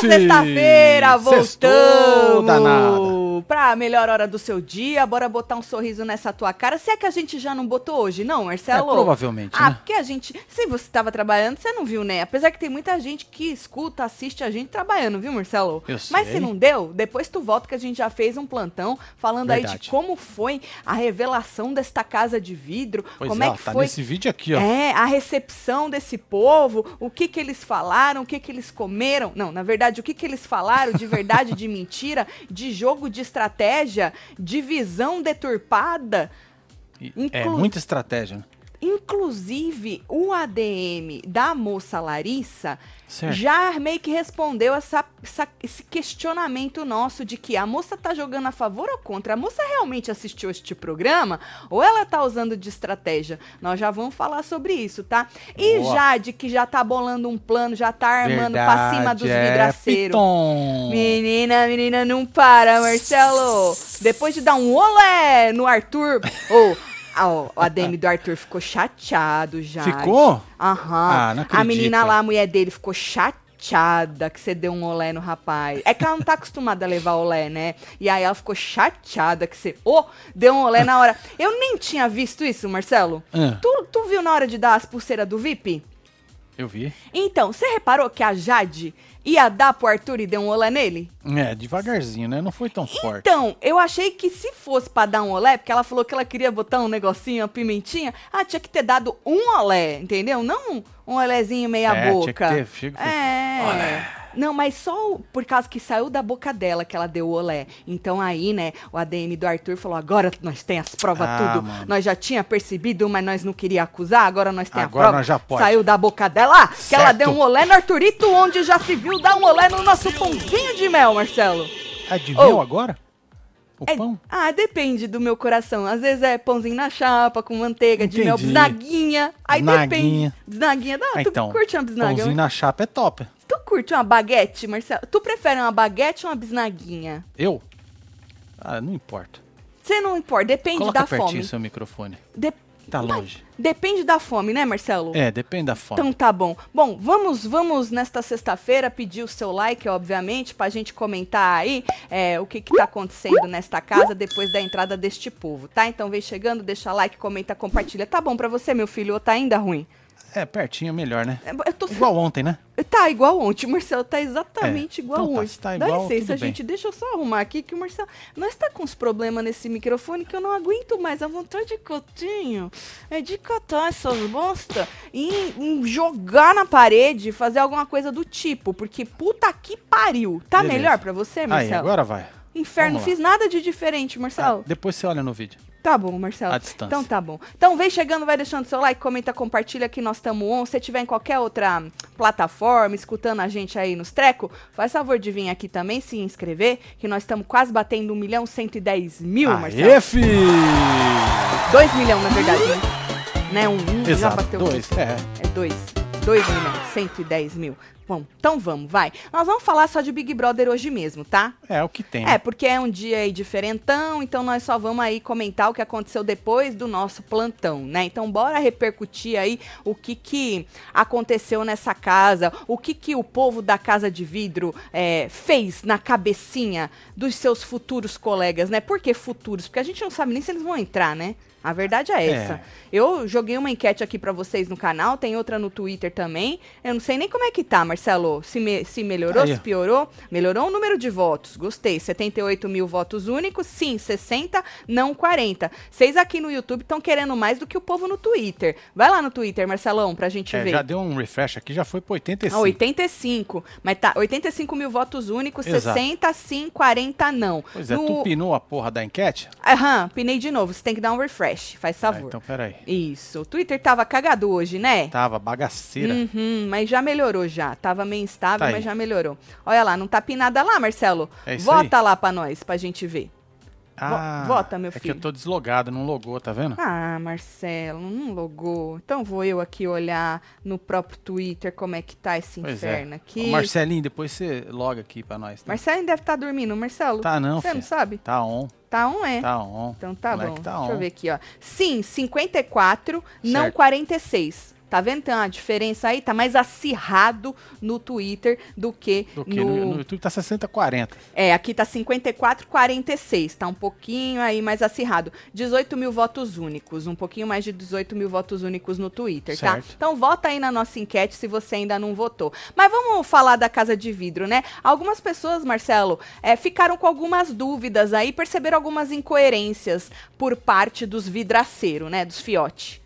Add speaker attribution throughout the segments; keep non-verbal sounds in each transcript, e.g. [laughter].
Speaker 1: sexta-feira,
Speaker 2: Ah, Sextou,
Speaker 1: voltamos
Speaker 2: danada.
Speaker 1: pra melhor hora do seu dia. Bora botar um sorriso nessa tua cara. Se é que a gente já não botou hoje, não, Marcelo?
Speaker 2: É, provavelmente,
Speaker 1: Ah,
Speaker 2: né?
Speaker 1: porque a gente... Se você tava trabalhando, você não viu, né? Apesar que tem muita gente que escuta, assiste a gente trabalhando, viu, Marcelo?
Speaker 2: Eu
Speaker 1: Mas
Speaker 2: sei.
Speaker 1: se não deu, depois tu volta que a gente já fez um plantão falando aí de
Speaker 2: Verdade.
Speaker 1: como foi a revelação desta casa de vidro,
Speaker 2: Pois
Speaker 1: como é,
Speaker 2: é, ó,
Speaker 1: que
Speaker 2: tá
Speaker 1: foi
Speaker 2: nesse vídeo aqui, ó.
Speaker 1: é, a recepção desse povo, o que que eles falaram, o que que eles comeram. Não, na verdade, o que que eles falaram de verdade, de mentira, de jogo de estratégia, de visão deturpada.
Speaker 2: E- É,
Speaker 1: inclu-
Speaker 2: muita estratégia, né?
Speaker 1: Inclusive, o ADM da moça Larissa
Speaker 2: Certo.
Speaker 1: já meio que respondeu essa- essa- esse questionamento nosso de que a moça tá jogando a favor ou contra. A moça realmente assistiu este programa ou ela tá usando de estratégia? Nós já vamos falar sobre isso, tá? E
Speaker 2: Boa.
Speaker 1: Jade, que já tá bolando um plano, já tá armando pra cima dos
Speaker 2: Verdade, é,
Speaker 1: vidraceiros.
Speaker 2: Piton.
Speaker 1: Menina, menina, não para, Marcelo. Depois de dar um olé no Arthur. Ou. ah, ó, o ADM do Arthur ficou chateado já.
Speaker 2: Ficou?
Speaker 1: Aham.
Speaker 2: Ah, não
Speaker 1: a menina
Speaker 2: acredito.
Speaker 1: lá, a mulher dele, ficou chateada que você deu um olé no rapaz. É que ela não tá acostumada a levar olé, né? E aí ela ficou chateada que você, ô, deu um olé na hora. Eu nem tinha visto isso, Marcelo.
Speaker 2: Ah,
Speaker 1: Tu, tu viu na hora de dar as pulseiras do VIP?
Speaker 2: eu vi.
Speaker 1: Então, você reparou que a Jade ia dar pro Arthur e deu um olé nele?
Speaker 2: É, devagarzinho, né? Não foi tão forte.
Speaker 1: Então, eu achei que se fosse pra dar um olé, porque ela falou que ela queria botar um negocinho, uma pimentinha, ah, tinha que ter dado um olé, entendeu? Não um olézinho meia
Speaker 2: É, tinha que
Speaker 1: boca.
Speaker 2: ter, chega-
Speaker 1: É. Não, mas só o- por causa que saiu da boca dela que ela deu o olé. Então aí, né, o ADM do Arthur falou: agora nós tem as provas
Speaker 2: Ah,
Speaker 1: tudo.
Speaker 2: mano.
Speaker 1: Nós já tinha percebido, mas nós não queria acusar, agora nós tem
Speaker 2: Agora
Speaker 1: a prova.
Speaker 2: nós já pode.
Speaker 1: Saiu da boca dela que ela
Speaker 2: Certo.
Speaker 1: deu um olé no Arthurito, onde já se viu dar um olé no nosso pãozinho de mel, Marcelo.
Speaker 2: É de
Speaker 1: Ô.
Speaker 2: mel agora? O
Speaker 1: É-
Speaker 2: pão?
Speaker 1: Ah, depende do meu coração. Às vezes é pãozinho na chapa, com manteiga, de mel,
Speaker 2: Entendi.
Speaker 1: bisnaguinha. Aí
Speaker 2: Bisnaguinha.
Speaker 1: depende. Bisnaguinha. Não,
Speaker 2: Ah,
Speaker 1: tu
Speaker 2: então,
Speaker 1: curte uma bisnaga?
Speaker 2: pãozinho
Speaker 1: né?
Speaker 2: na chapa é top.
Speaker 1: Tu curte uma baguete, Marcelo? Tu prefere uma baguete ou uma bisnaguinha?
Speaker 2: Eu? Ah, não importa.
Speaker 1: Você não importa, depende
Speaker 2: Coloca
Speaker 1: da
Speaker 2: pertinho
Speaker 1: fome.
Speaker 2: seu microfone.
Speaker 1: De-
Speaker 2: Tá longe.
Speaker 1: Depende da fome, né, Marcelo?
Speaker 2: É, depende da fome.
Speaker 1: Então tá bom. Bom, vamos, vamos nesta sexta-feira pedir o seu like, obviamente, pra gente comentar aí é, o que que tá acontecendo nesta casa depois da entrada deste povo, tá? Então vem chegando, deixa like, comenta, compartilha. Tá bom pra você, meu filho, ou tá ainda ruim? Então-
Speaker 2: É, pertinho é melhor, né?
Speaker 1: Eu tô
Speaker 2: Igual ontem, né?
Speaker 1: Tá igual ontem, o Marcelo tá exatamente
Speaker 2: É,
Speaker 1: igual
Speaker 2: então tá,
Speaker 1: ontem.
Speaker 2: se tá
Speaker 1: Dá
Speaker 2: igual,
Speaker 1: licença,
Speaker 2: tudo bem.
Speaker 1: gente, deixa eu só arrumar aqui que o Marcelo. Nós tá com uns problemas nesse microfone que eu não aguento mais. A vontade de cotinho é de catar essas bosta e em jogar na parede, fazer alguma coisa do tipo, porque puta que pariu. Tá
Speaker 2: Beleza.
Speaker 1: melhor pra você,
Speaker 2: Aí,
Speaker 1: Marcelo?
Speaker 2: agora vai.
Speaker 1: Inferno,
Speaker 2: vamos lá.
Speaker 1: fiz nada de diferente,
Speaker 2: Ah,
Speaker 1: Marcelo.
Speaker 2: depois você olha no vídeo.
Speaker 1: Tá bom, Marcelo.
Speaker 2: À distância.
Speaker 1: Então tá bom. Então vem chegando, vai deixando seu like, comenta, compartilha que nós estamos on. Se você tiver em qualquer outra hum, plataforma, escutando a gente aí nos treco, faz favor de vir aqui também se inscrever, que nós estamos quase batendo 1 milhão 110 mil, Marcelo.
Speaker 2: Aê, fi!
Speaker 1: 2 milhão, na verdade, né? Né? Um, um já
Speaker 2: Exato,
Speaker 1: bateu
Speaker 2: dois. É,
Speaker 1: é 2. 2 milhões, 110 mil. Bom, então vamos, vai. Nós vamos falar só de Big Brother hoje mesmo, tá?
Speaker 2: é o que tem.
Speaker 1: É, porque é um dia aí diferentão, então nós só vamos aí comentar o que aconteceu depois do nosso plantão, né? Então bora repercutir aí o que que aconteceu nessa casa, o que que o povo da Casa de Vidro é, fez na cabecinha dos seus futuros colegas, né? Por que futuros? Porque a gente não sabe nem se eles vão entrar, né? A verdade é
Speaker 2: É.
Speaker 1: essa. Eu joguei uma enquete aqui pra vocês no canal, tem outra no Twitter também. Eu não sei nem como é que tá, Marcelo. Se, me- se melhorou,
Speaker 2: Aí,
Speaker 1: se
Speaker 2: ó.
Speaker 1: piorou. Melhorou o número de votos. Gostei. 78 mil votos únicos. Sim, 60, não 40. Vocês aqui no YouTube estão querendo mais do que o povo no Twitter. Vai lá no Twitter, Marcelão, pra gente
Speaker 2: É,
Speaker 1: ver.
Speaker 2: já deu um refresh aqui, já foi pra 85.
Speaker 1: Ah, 85. Mas tá, 85 mil votos únicos,
Speaker 2: Exato.
Speaker 1: 60 sim, 40 não.
Speaker 2: Pois é,
Speaker 1: No-
Speaker 2: tu pinou a porra da enquete?
Speaker 1: Aham, pinei de novo. Você tem que dar um refresh. Faz
Speaker 2: Ah,
Speaker 1: favor.
Speaker 2: então, peraí.
Speaker 1: Isso. O Twitter tava cagado hoje, né?
Speaker 2: Tava bagaceira.
Speaker 1: Uhum, mas já melhorou já. Tava meio instável,
Speaker 2: Tá aí.
Speaker 1: mas já melhorou. Olha lá, não tá pinada lá, Marcelo.
Speaker 2: É isso
Speaker 1: Vota lá pra nós, pra gente ver.
Speaker 2: Ah,
Speaker 1: vota, meu
Speaker 2: É que
Speaker 1: filho.
Speaker 2: eu tô deslogado, não logou, tá vendo?
Speaker 1: Ah, Marcelo, não logou. Então vou eu aqui olhar no próprio Twitter como é que tá esse
Speaker 2: Pois é.
Speaker 1: inferno aqui.
Speaker 2: Ô, Marcelinho, depois você loga aqui pra nós. Tá,
Speaker 1: Marcelo ainda deve estar dormindo, Marcelo.
Speaker 2: tá não,
Speaker 1: Você não
Speaker 2: filho.
Speaker 1: sabe?
Speaker 2: Tá on,
Speaker 1: Tá um é.
Speaker 2: tá on.
Speaker 1: Então tá
Speaker 2: Moleque
Speaker 1: bom.
Speaker 2: tá
Speaker 1: Deixa eu
Speaker 2: on.
Speaker 1: ver aqui, ó. Sim, 54, não
Speaker 2: Certo.
Speaker 1: 46. Tá vendo? Tem uma diferença aí, tá mais acirrado no Twitter do que,
Speaker 2: Do que no... no YouTube tá 60, 40.
Speaker 1: É, aqui tá 54,46, tá um pouquinho aí mais acirrado. 18 mil votos únicos, um pouquinho mais de 18 mil votos únicos no Twitter, tá?
Speaker 2: Certo.
Speaker 1: Então vota aí na nossa enquete se você ainda não votou. Mas vamos falar da Casa de Vidro, né? Algumas pessoas, Marcelo, é, ficaram com algumas dúvidas aí, perceberam algumas incoerências por parte dos vidraceiros, né? Dos fiote.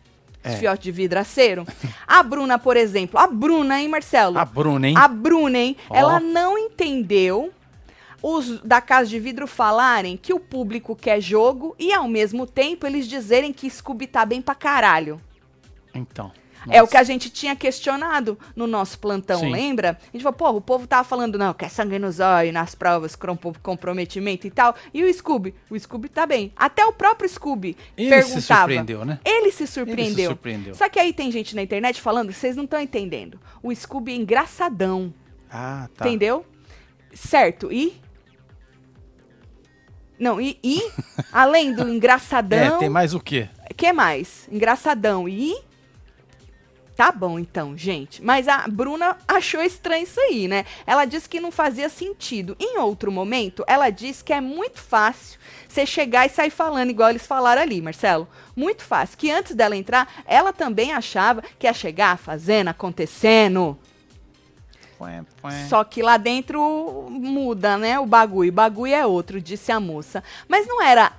Speaker 1: Os
Speaker 2: É.
Speaker 1: fiote
Speaker 2: [laughs]
Speaker 1: de vidraceiro. A Bruna, por exemplo. A Bruna, hein, Marcelo?
Speaker 2: A Bruna, hein?
Speaker 1: A Bruna, hein?
Speaker 2: Ó.
Speaker 1: Ela não entendeu os da Casa de Vidro falarem que o público quer jogo e, ao mesmo tempo, eles dizerem que Scooby tá bem pra caralho.
Speaker 2: Então.
Speaker 1: É o
Speaker 2: nossa.
Speaker 1: que a gente tinha questionado no nosso plantão,
Speaker 2: Sim.
Speaker 1: lembra? A gente falou, porra, o povo tava falando, não, quer sangue nos olhos, nas provas, crom- comprometimento e tal. E o Scooby? O Scooby tá bem. Até o próprio Scooby
Speaker 2: Ele
Speaker 1: perguntava.
Speaker 2: se surpreendeu, né?
Speaker 1: Ele se
Speaker 2: Ele se
Speaker 1: surpreendeu.
Speaker 2: surpreendeu.
Speaker 1: Só que aí tem gente na internet falando, vocês não estão entendendo. O Scooby é engraçadão.
Speaker 2: Ah, tá.
Speaker 1: Entendeu? Certo. E. Não, e. e?
Speaker 2: [laughs]
Speaker 1: além do engraçadão.
Speaker 2: É, tem mais o quê?
Speaker 1: que mais? Engraçadão. E. Tá bom, então, gente. Mas a Bruna achou estranho isso aí, né? Ela disse que não fazia sentido. Em outro momento, ela disse que é muito fácil você chegar e sair falando, igual eles falaram ali, Marcelo. Muito fácil. Que antes dela entrar, ela também achava que ia chegar fazendo, acontecendo.
Speaker 2: Põe, põe.
Speaker 1: Só que lá dentro muda, né? O bagulho. O bagulho é outro, disse a moça. Mas não era.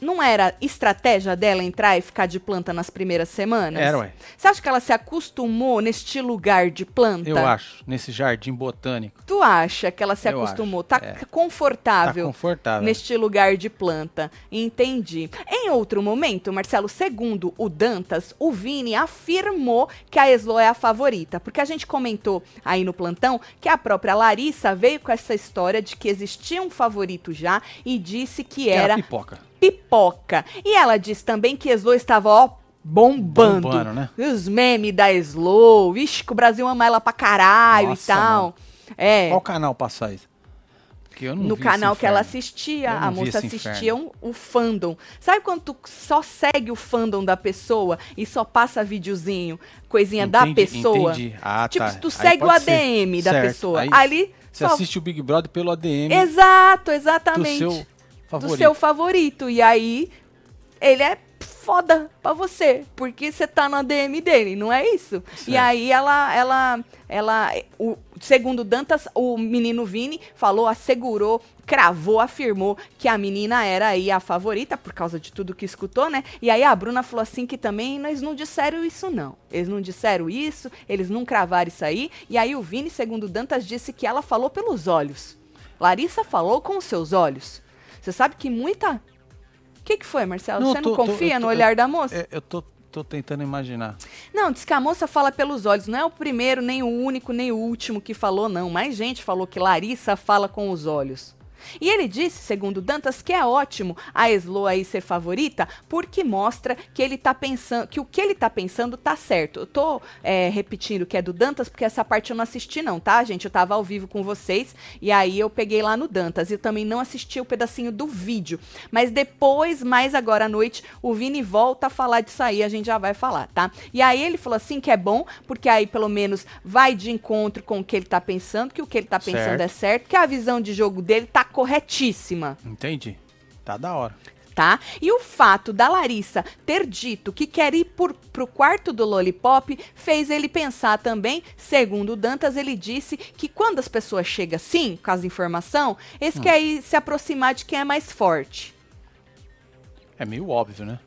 Speaker 1: Não era estratégia dela entrar e ficar de planta nas primeiras semanas?
Speaker 2: Era, ué.
Speaker 1: Você acha que ela se acostumou neste lugar de planta?
Speaker 2: Eu acho, nesse jardim botânico.
Speaker 1: Tu acha que ela se
Speaker 2: Eu
Speaker 1: acostumou?
Speaker 2: acho,
Speaker 1: tá
Speaker 2: é.
Speaker 1: c-
Speaker 2: Tá
Speaker 1: confortável
Speaker 2: confortável.
Speaker 1: neste lugar de planta. Entendi. Em outro momento, Marcelo, segundo o Dantas, o Vini afirmou que a Eslo é a favorita, porque a gente comentou aí no plantão que a própria Larissa veio com essa história de que existia um favorito já e disse que
Speaker 2: Era
Speaker 1: era
Speaker 2: É pipoca.
Speaker 1: pipoca. E ela disse também que Eslo estava, ó, bombando.
Speaker 2: Bombando, né?
Speaker 1: E Os memes da Eslo, vixe, que o Brasil ama ela pra caralho e
Speaker 2: Nossa,
Speaker 1: tal.
Speaker 2: mano.
Speaker 1: É
Speaker 2: Qual canal passa isso? Porque eu não
Speaker 1: no
Speaker 2: vi
Speaker 1: canal
Speaker 2: esse
Speaker 1: que ela
Speaker 2: Um inferno.
Speaker 1: assistia.
Speaker 2: Eu não
Speaker 1: A
Speaker 2: vi
Speaker 1: moça
Speaker 2: esse
Speaker 1: assistia um,
Speaker 2: inferno.
Speaker 1: o fandom. Sabe quando tu só segue o fandom da pessoa e só passa videozinho, coisinha da
Speaker 2: Entendi,
Speaker 1: pessoa?
Speaker 2: Entendi. Ah,
Speaker 1: Tipo,
Speaker 2: tá.
Speaker 1: se tu
Speaker 2: Aí
Speaker 1: segue o
Speaker 2: pode ser.
Speaker 1: ADM da
Speaker 2: Certo.
Speaker 1: pessoa.
Speaker 2: Aí
Speaker 1: ali
Speaker 2: Você
Speaker 1: só.
Speaker 2: assiste o Big Brother pelo ADM
Speaker 1: Exato,
Speaker 2: do
Speaker 1: exatamente.
Speaker 2: seu favorito.
Speaker 1: Do seu favorito. E aí, ele é foda pra você, porque você tá na DM dele, não é isso? E
Speaker 2: Certo.
Speaker 1: aí ela, ela, ela, o, segundo Dantas, o menino Vini falou, assegurou, cravou, afirmou que a menina era aí a favorita, por causa de tudo que escutou, né? E aí a Bruna falou assim que também nós não disseram isso não, eles não disseram isso, eles não cravaram isso aí, e aí o Vini, segundo Dantas, disse que ela falou pelos olhos. Larissa falou com os seus olhos. Você sabe que muita o que, que foi, Marcelo?
Speaker 2: Não,
Speaker 1: Você
Speaker 2: eu
Speaker 1: não
Speaker 2: tô- tô-
Speaker 1: confia
Speaker 2: eu
Speaker 1: no
Speaker 2: tô-
Speaker 1: olhar da moça?
Speaker 2: É, eu tô, tô tentando imaginar.
Speaker 1: Não, diz que a moça fala pelos olhos. Não é o primeiro, nem o único, nem o último que falou, não. Mais gente falou que Larissa fala com os olhos. E ele disse, segundo Dantas, que é ótimo a Eslo aí ser favorita, porque mostra que ele tá pensando, que o que ele tá pensando tá certo. Eu tô é, repetindo que é do Dantas, porque essa parte eu não assisti, não, tá, gente? Eu tava ao vivo com vocês e aí eu peguei lá no Dantas. Eu também não assisti o pedacinho do vídeo. Mas depois, mais agora à noite, o Vini volta a falar disso aí, a gente já vai falar, tá? E aí ele falou assim que é bom, porque aí pelo menos vai de encontro com o que ele tá pensando, que o que ele tá pensando
Speaker 2: Certo.
Speaker 1: é certo, que a visão de jogo dele tá corretíssima
Speaker 2: Entendi. Tá da hora.
Speaker 1: tá? E o fato da Larissa ter dito que quer ir por, pro quarto do Lollipop fez ele pensar também, segundo o Dantas, ele disse que quando as pessoas chegam assim, com as informação, eles
Speaker 2: Ah.
Speaker 1: querem se aproximar de quem é mais forte.
Speaker 2: É meio óbvio, né?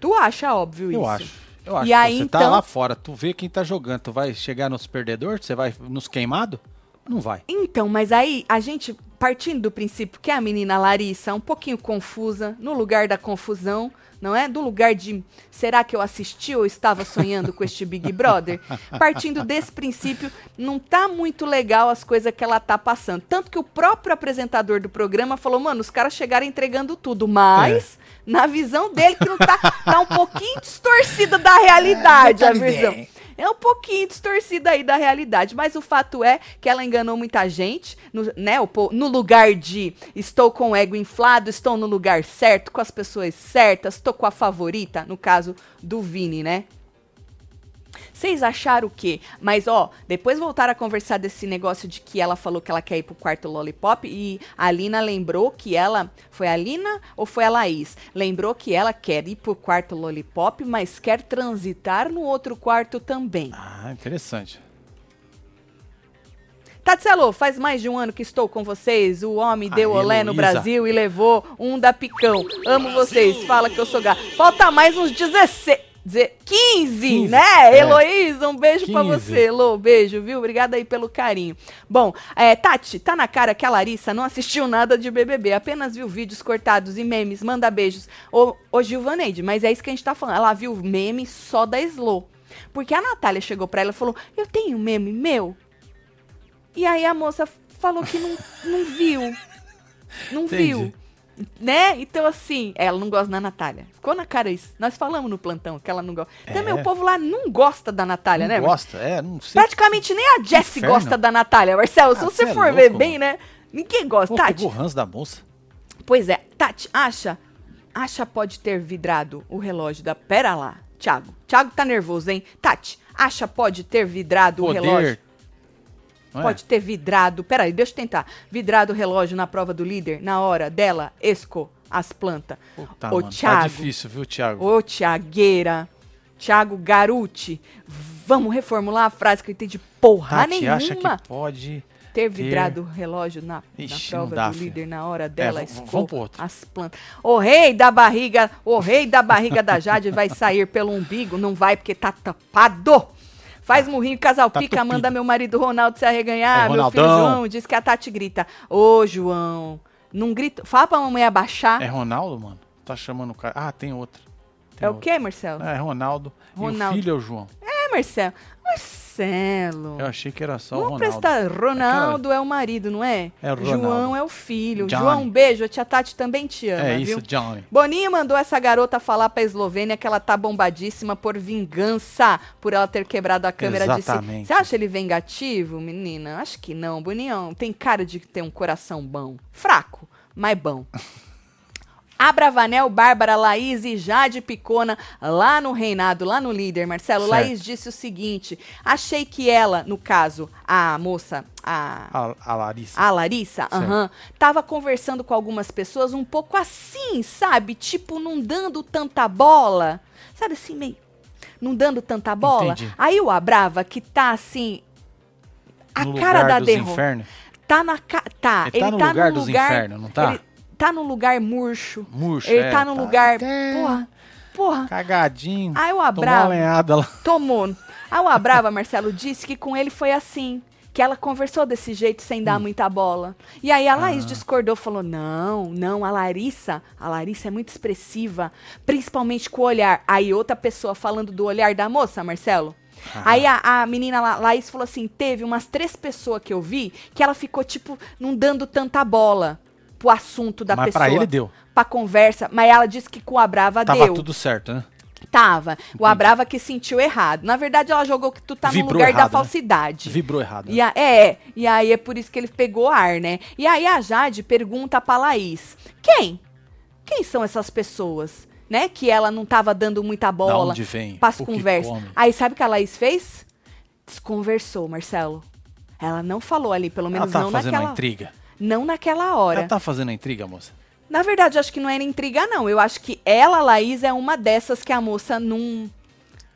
Speaker 1: Tu acha óbvio isso?
Speaker 2: Eu acho. Eu acho.
Speaker 1: E aí,
Speaker 2: você tá
Speaker 1: então-
Speaker 2: lá fora, tu vê quem tá jogando, tu vai chegar nos perdedores, você vai nos queimados? Não vai.
Speaker 1: Então, mas aí a gente, partindo do princípio que a menina Larissa é um pouquinho confusa, no lugar da confusão, não é? Do lugar de será que eu assisti ou estava sonhando com este Big Brother? Partindo desse princípio, não tá muito legal as coisas que ela tá passando. Tanto que o próprio apresentador do programa falou: mano, os caras chegaram entregando tudo, mas. Na visão dele, que não tá, tá um pouquinho distorcida da realidade, a visão. É um pouquinho distorcida aí da realidade, mas o fato é que ela enganou muita gente, no, né, o po- no lugar de estou com o ego inflado, estou no lugar certo, com as pessoas certas, estou com a favorita, no caso do Vini, né? Vocês acharam o quê? Mas, ó, depois voltaram a conversar desse negócio de que ela falou que ela quer ir pro quarto Lollipop e a Lina lembrou que ela. Foi a Lina ou foi a Laís? Lembrou que ela quer ir pro quarto Lollipop, mas quer transitar no outro quarto também.
Speaker 2: Ah, interessante.
Speaker 1: Tatselo, faz mais de um ano que estou com vocês. O homem deu
Speaker 2: Aê,
Speaker 1: olé no
Speaker 2: Luísa.
Speaker 1: Brasil e levou um da picão. Amo vocês, fala que eu sou gato. Falta mais uns 16. deze- 15,
Speaker 2: 15,
Speaker 1: né?
Speaker 2: é.
Speaker 1: Heloísa, um beijo pra
Speaker 2: 15.
Speaker 1: você, Elô. Beijo, viu? Obrigada aí pelo carinho. Bom, é, Tati, tá na cara que a Larissa não assistiu nada de BBB, apenas viu vídeos cortados e memes, manda beijos. Ô, ô Gilvaneide, mas é isso que a gente tá falando. Ela viu meme só da Slow. Porque a Natália chegou pra ela e falou: Eu tenho meme meu? E aí a moça falou que não, não viu. Não
Speaker 2: Entendi.
Speaker 1: viu. Né? Então, assim, ela não gosta da Natália. Ficou na cara isso. Nós falamos no plantão que ela não gosta. Também
Speaker 2: É.
Speaker 1: o povo lá não gosta da Natália,
Speaker 2: Não
Speaker 1: né?
Speaker 2: gosta, é, não sei.
Speaker 1: Praticamente nem a Jessie
Speaker 2: Inferno.
Speaker 1: gosta da Natália, Marcelo. se
Speaker 2: Ah,
Speaker 1: você
Speaker 2: cê é
Speaker 1: for ver
Speaker 2: louco,
Speaker 1: bem, né? Ninguém gosta.
Speaker 2: Pô,
Speaker 1: Tati,
Speaker 2: pegou o ranço da moça.
Speaker 1: pois é. Tati, acha? Acha pode ter vidrado o relógio da... Pera lá, Thiago. Thiago tá nervoso, hein? Tati, acha pode ter vidrado o relógio?
Speaker 2: Poder. Não é?
Speaker 1: Pode ter vidrado. Peraí, deixa eu tentar. Vidrado o relógio na prova do líder, na hora dela, esco as plantas.
Speaker 2: Puta,
Speaker 1: Ô,
Speaker 2: mano, tá
Speaker 1: Thiago.
Speaker 2: difícil, viu, Thiago?
Speaker 1: Ô, Tiagueira. Tiago Garuti. Vamos reformular a frase que eu entendi porra
Speaker 2: Tati
Speaker 1: nenhuma.
Speaker 2: Tá, acha que pode.
Speaker 1: Ter vidrado o relógio na, na
Speaker 2: Ixi, não
Speaker 1: prova
Speaker 2: dá,
Speaker 1: do
Speaker 2: filho.
Speaker 1: líder na hora dela,
Speaker 2: v-
Speaker 1: escou
Speaker 2: vamos pro outro.
Speaker 1: as plantas. O rei da barriga, o rei da barriga da Jade
Speaker 2: [laughs]
Speaker 1: vai sair pelo umbigo, não vai porque tá tapado. Faz murrinho, casal
Speaker 2: Tá
Speaker 1: pica,
Speaker 2: tupido.
Speaker 1: manda meu marido Ronaldo se arreganhar,
Speaker 2: É,
Speaker 1: meu filho
Speaker 2: Ronaldão.
Speaker 1: João, diz que a Tati grita. Ô, João, não grita, fala pra mamãe abaixar.
Speaker 2: É
Speaker 1: É,
Speaker 2: Ronaldo, mano? Tá chamando o cara. Ah, tem outro.
Speaker 1: o quê, Marcelo?
Speaker 2: É Ronaldo. E o
Speaker 1: Ronaldo.
Speaker 2: filho é o João.
Speaker 1: É, Marcelo. Marcelo.
Speaker 2: Eu achei que era É só o
Speaker 1: Vamos
Speaker 2: Ronaldo.
Speaker 1: prestar. Ronaldo é o marido, não é?
Speaker 2: É o
Speaker 1: João
Speaker 2: Ronaldo.
Speaker 1: é o filho.
Speaker 2: Johnny.
Speaker 1: João, um beijo. A tia Tati também te ama,
Speaker 2: É
Speaker 1: né, viu?
Speaker 2: isso, Johnny.
Speaker 1: Boninho mandou essa garota falar pra Eslovênia que ela tá bombadíssima por vingança, por ela ter quebrado a câmera de si.
Speaker 2: Exatamente.
Speaker 1: Você acha ele vengativo, menina? Acho que não, Boninho. Tem cara de ter um coração bom. Fraco, mas bom.
Speaker 2: [laughs]
Speaker 1: Abravanel, Bárbara, Laís e Jade Picona, lá no reinado, lá no líder, Marcelo.
Speaker 2: Certo.
Speaker 1: Laís disse o seguinte: achei que ela, no caso, a moça, a.
Speaker 2: A, a Larissa.
Speaker 1: A Larissa,
Speaker 2: Certo.
Speaker 1: aham, tava conversando com algumas pessoas um pouco assim, sabe? Tipo, não dando tanta bola. Sabe assim, meio. Não dando tanta bola.
Speaker 2: Entendi.
Speaker 1: Aí o Abrava, que tá assim. A
Speaker 2: no
Speaker 1: cara
Speaker 2: lugar
Speaker 1: da
Speaker 2: dos
Speaker 1: derrota.
Speaker 2: infernos.
Speaker 1: Tá na ca... Tá,
Speaker 2: Ele tá no lugar dos infernos, não tá?
Speaker 1: Ele tá num lugar murcho.
Speaker 2: Murcho.
Speaker 1: ele
Speaker 2: é,
Speaker 1: tá num lugar. um
Speaker 2: É,
Speaker 1: Porra. Porra.
Speaker 2: Cagadinho.
Speaker 1: Aí o
Speaker 2: Tomou uma
Speaker 1: Abrava.
Speaker 2: lenhada lá.
Speaker 1: Tomou. A Uma Brava, Marcelo, disse que com ele foi assim. Que ela conversou desse jeito sem
Speaker 2: Hum.
Speaker 1: dar muita bola. E aí a
Speaker 2: Ah.
Speaker 1: Laís discordou, falou: não, não, a Larissa, a Larissa é muito expressiva, principalmente com o olhar. Aí outra pessoa falando do olhar da moça, Marcelo.
Speaker 2: Ah,
Speaker 1: Aí a, a menina lá, Laís falou assim: teve umas três pessoas que eu vi que ela ficou, tipo, não dando tanta bola pro assunto da
Speaker 2: Mas
Speaker 1: pessoa.
Speaker 2: pra ele deu.
Speaker 1: Pra conversa. Mas ela disse que com a Brava
Speaker 2: Tava
Speaker 1: deu.
Speaker 2: tudo certo, né?
Speaker 1: Tava. O Abrava que sentiu errado. Na verdade, ela jogou que tu tá no
Speaker 2: Vibrou
Speaker 1: lugar da
Speaker 2: errado, né?
Speaker 1: falsidade.
Speaker 2: Vibrou errado.
Speaker 1: E a- é, e aí é por isso que ele pegou ar, né? E aí a Jade pergunta pra Laís: quem? Quem são essas pessoas? Né? Que ela não tava dando muita
Speaker 2: Da
Speaker 1: bola Ah,
Speaker 2: onde vem?
Speaker 1: pras
Speaker 2: o que
Speaker 1: conversas.
Speaker 2: come.
Speaker 1: Aí sabe o que a Laís fez? Desconversou, Marcelo. Ela não falou ali, pelo
Speaker 2: Ela
Speaker 1: menos
Speaker 2: tá
Speaker 1: não
Speaker 2: fazendo
Speaker 1: naquela.
Speaker 2: uma intriga.
Speaker 1: Não naquela hora.
Speaker 2: Ela tá fazendo a intriga, moça.
Speaker 1: Na verdade, eu acho que não era intriga, não. Eu acho que ela, Laís, é uma dessas que a moça não.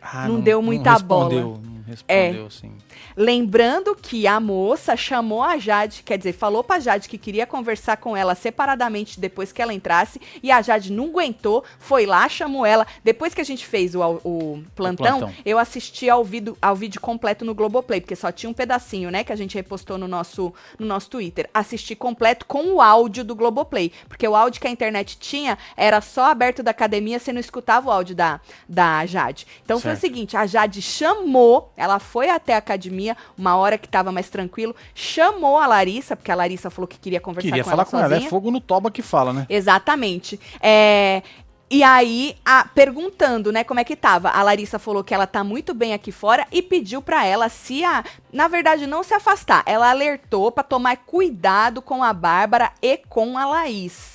Speaker 2: Ah,
Speaker 1: Não deu muita
Speaker 2: respondeu,
Speaker 1: bola. É.
Speaker 2: Não respondeu, sim.
Speaker 1: Lembrando que a moça chamou a Jade, quer dizer, falou pra Jade que queria conversar com ela separadamente depois que ela entrasse, e a Jade não aguentou, foi lá, chamou ela. Depois que a gente fez o, ao- o plantão,
Speaker 2: plantão.
Speaker 1: eu assisti ao vídeo, ao vídeo completo no Globoplay, porque só tinha um pedacinho, né, que a gente repostou no nosso, no nosso Twitter. Assisti completo com o áudio do Globoplay, porque o áudio que a internet tinha era só aberto da academia, você não escutava o áudio da, da Jade. Então foi o
Speaker 2: Certo.
Speaker 1: seguinte, a Jade chamou, ela foi até a academia, uma hora que tava mais tranquilo, chamou a Larissa, porque a Larissa falou que queria conversar
Speaker 2: Queria
Speaker 1: com
Speaker 2: falar
Speaker 1: ela
Speaker 2: com
Speaker 1: sozinha.
Speaker 2: ela. É fogo no toba que fala, né?
Speaker 1: Exatamente. É, E aí, a- perguntando, né, como é que tava. A Larissa falou que ela tá muito bem aqui fora e pediu pra ela se a. Na verdade, não se afastar. Ela alertou pra tomar cuidado com a Bárbara e com a Laís.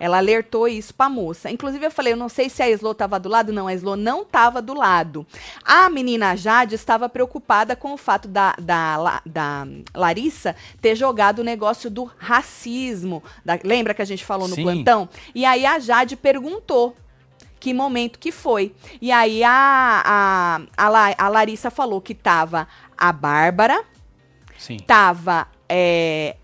Speaker 1: Ela alertou isso pra moça. Inclusive, eu falei, eu não sei se a Slo estava do lado. Não, a Slo não estava do lado. A menina Jade estava preocupada com o fato da, da, La- da Larissa ter jogado o negócio do racismo. Da- lembra que a gente falou no
Speaker 2: Sim.
Speaker 1: plantão? E aí a Jade perguntou que momento que foi. E aí a, a, a, La- a Larissa falou que tava a Bárbara, Tá.
Speaker 2: Sim.
Speaker 1: tava é,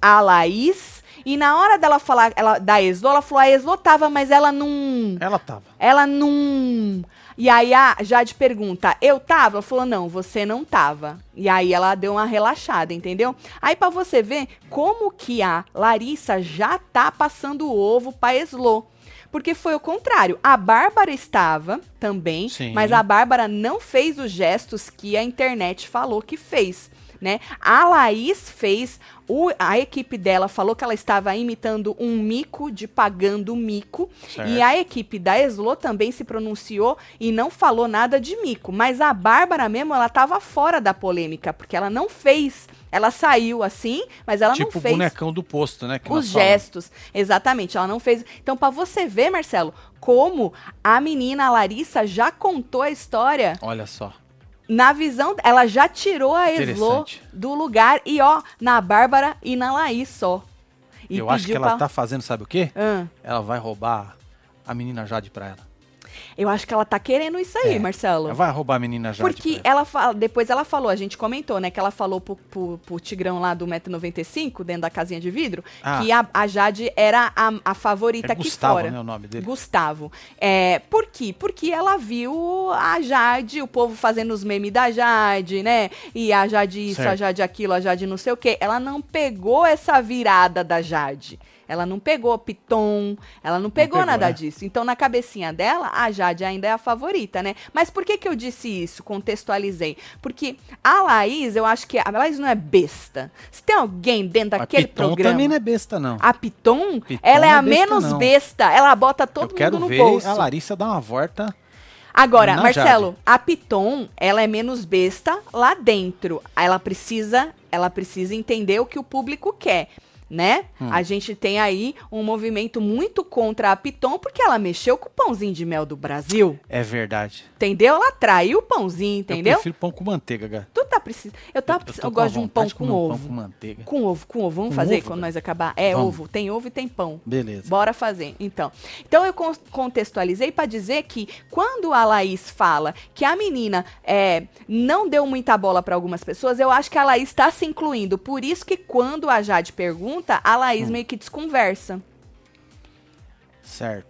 Speaker 1: a Laís. E na hora dela falar ela, da Eslo, ela falou, a Eslo tava, mas ela não...
Speaker 2: Ela tava.
Speaker 1: Ela não... E aí a Jade pergunta, eu tava? Ela falou, não, você não tava. E aí ela deu uma relaxada, entendeu? Aí pra você ver como que a Larissa já tá passando o ovo pra Eslo. Porque foi o contrário. A Bárbara estava também,
Speaker 2: Sim.
Speaker 1: mas a Bárbara não fez os gestos que a internet falou que fez. Né? A Laís fez, o- a equipe dela falou que ela estava imitando um mico de pagando mico.
Speaker 2: Certo.
Speaker 1: E a equipe da Eslo também se pronunciou e não falou nada de mico. Mas a Bárbara mesmo, ela estava fora da polêmica, porque ela não fez. Ela saiu assim, mas ela
Speaker 2: tipo
Speaker 1: não
Speaker 2: o
Speaker 1: fez
Speaker 2: bonecão do posto, né? que
Speaker 1: os
Speaker 2: nós falamos.
Speaker 1: gestos. Exatamente, ela não fez. Então, pra você ver, Marcelo, como a menina a Larissa já contou a história
Speaker 2: Olha só.
Speaker 1: na visão, ela já tirou a Eslo
Speaker 2: Interessante.
Speaker 1: do lugar e ó, na Bárbara e na Laís só. E
Speaker 2: eu acho que
Speaker 1: pediu
Speaker 2: ela
Speaker 1: pra-
Speaker 2: tá fazendo, sabe o quê?
Speaker 1: Ahn,
Speaker 2: Ela vai roubar a menina Jade pra ela.
Speaker 1: eu acho que ela tá querendo isso aí,
Speaker 2: É,
Speaker 1: Marcelo.
Speaker 2: Ela vai roubar a menina Jade
Speaker 1: Porque
Speaker 2: pra ela.
Speaker 1: ela fala, depois ela falou, a gente comentou, né? Que ela falou pro, pro, pro Tigrão lá do 1,95m, dentro da casinha de vidro,
Speaker 2: Ah.
Speaker 1: que a, a Jade era a, a
Speaker 2: É
Speaker 1: favorita tá aqui
Speaker 2: Gustavo,
Speaker 1: fora.
Speaker 2: né, o nome dele.
Speaker 1: Gustavo. É, por quê? Porque ela viu a Jade, o povo fazendo os memes da Jade, né? E a Jade isso, a
Speaker 2: Certo.
Speaker 1: Jade aquilo, a Jade não sei o quê. Ela não pegou essa virada da Jade. Ela não pegou Piton, ela não pegou,
Speaker 2: pegou,
Speaker 1: nada
Speaker 2: né?
Speaker 1: disso. Então, na cabecinha dela, a Jade ainda é a favorita, né? Mas por que, que eu disse isso? Contextualizei. Porque a Laís, eu acho que. A Laís não é besta. Se tem alguém dentro
Speaker 2: Mas
Speaker 1: daquele
Speaker 2: Piton
Speaker 1: programa. Ah,
Speaker 2: também não é besta, não.
Speaker 1: A Piton,
Speaker 2: Piton
Speaker 1: ela é
Speaker 2: não é
Speaker 1: a
Speaker 2: besta,
Speaker 1: menos
Speaker 2: não.
Speaker 1: besta. Ela bota todo
Speaker 2: eu quero
Speaker 1: mundo no
Speaker 2: ver
Speaker 1: bolso.
Speaker 2: a Larissa dar uma volta.
Speaker 1: Agora,
Speaker 2: na
Speaker 1: Marcelo,
Speaker 2: Jade.
Speaker 1: a Piton, ela é menos besta lá dentro. Ela precisa, ela precisa entender o que o público quer. Né?
Speaker 2: Hum.
Speaker 1: A gente tem aí um movimento muito contra a Piton porque ela mexeu com o pãozinho de mel do Brasil,
Speaker 2: É verdade.
Speaker 1: entendeu? Ela traiu o pãozinho, entendeu?
Speaker 2: Eu prefiro pão com manteiga, cara.
Speaker 1: Tu tá precisando. Eu, tava
Speaker 2: tô
Speaker 1: precis-
Speaker 2: com
Speaker 1: eu
Speaker 2: uma
Speaker 1: gosto de um pão
Speaker 2: vontade de
Speaker 1: com
Speaker 2: comer um
Speaker 1: ovo.
Speaker 2: Pão com manteiga.
Speaker 1: Com ovo, com ovo. Vamos
Speaker 2: Com
Speaker 1: fazer
Speaker 2: ovo, velho?
Speaker 1: quando nós acabar? É,
Speaker 2: Vamos.
Speaker 1: ovo. Tem ovo e tem pão.
Speaker 2: Beleza.
Speaker 1: Bora fazer. Então, então eu con- contextualizei para dizer que quando a Laís fala que a menina é, não deu muita bola para algumas pessoas, eu acho que a Laís está se incluindo. Por isso que quando a Jade pergunta, a Laís meio que desconversa.
Speaker 2: Certo.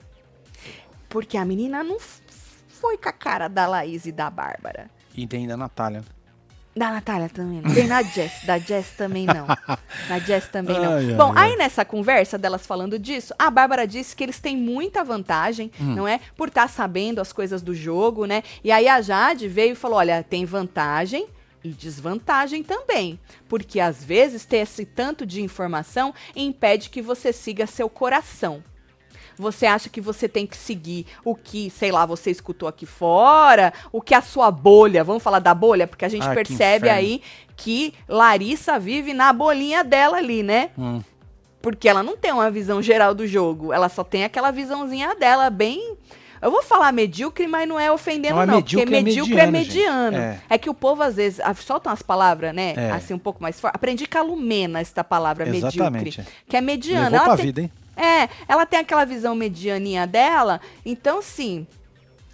Speaker 1: Porque a menina não f- foi com a cara da Laís e da Bárbara.
Speaker 2: E tem ainda a Natália.
Speaker 1: Da Natália também não. Tem na Jess. Da Jess
Speaker 2: [laughs]
Speaker 1: também não. Na Jess também não.
Speaker 2: Ai, ai,
Speaker 1: Bom,
Speaker 2: ai.
Speaker 1: aí nessa conversa delas falando disso, a Bárbara disse que eles têm muita vantagem,
Speaker 2: Hum.
Speaker 1: não é? Por estar sabendo as coisas do jogo, né? E aí a Jade veio e falou: olha, tem vantagem. E desvantagem também, porque às vezes ter esse tanto de informação impede que você siga seu coração. Você acha que você tem que seguir o que, sei lá, você escutou aqui fora, o que a sua bolha, vamos falar da bolha, porque a gente
Speaker 2: Ah, que
Speaker 1: percebe
Speaker 2: inferno.
Speaker 1: aí que Larissa vive na bolinha dela ali, né?
Speaker 2: Hum.
Speaker 1: Porque ela não tem uma visão geral do jogo, ela só tem aquela visãozinha dela, bem. Eu vou falar medíocre, mas não é ofendendo,
Speaker 2: Não,
Speaker 1: não,
Speaker 2: é
Speaker 1: porque
Speaker 2: medíocre, é
Speaker 1: medíocre é mediano.
Speaker 2: mediano, gente.
Speaker 1: É. que o povo, às vezes, ah, solta umas palavras, né?
Speaker 2: É.
Speaker 1: Assim, um pouco mais forte. Aprendi calumena esta palavra,
Speaker 2: Exatamente.
Speaker 1: medíocre. Que é mediana.
Speaker 2: Levou
Speaker 1: ela
Speaker 2: pra
Speaker 1: tem-
Speaker 2: vida, hein?
Speaker 1: é, ela tem aquela visão medianinha dela, então sim,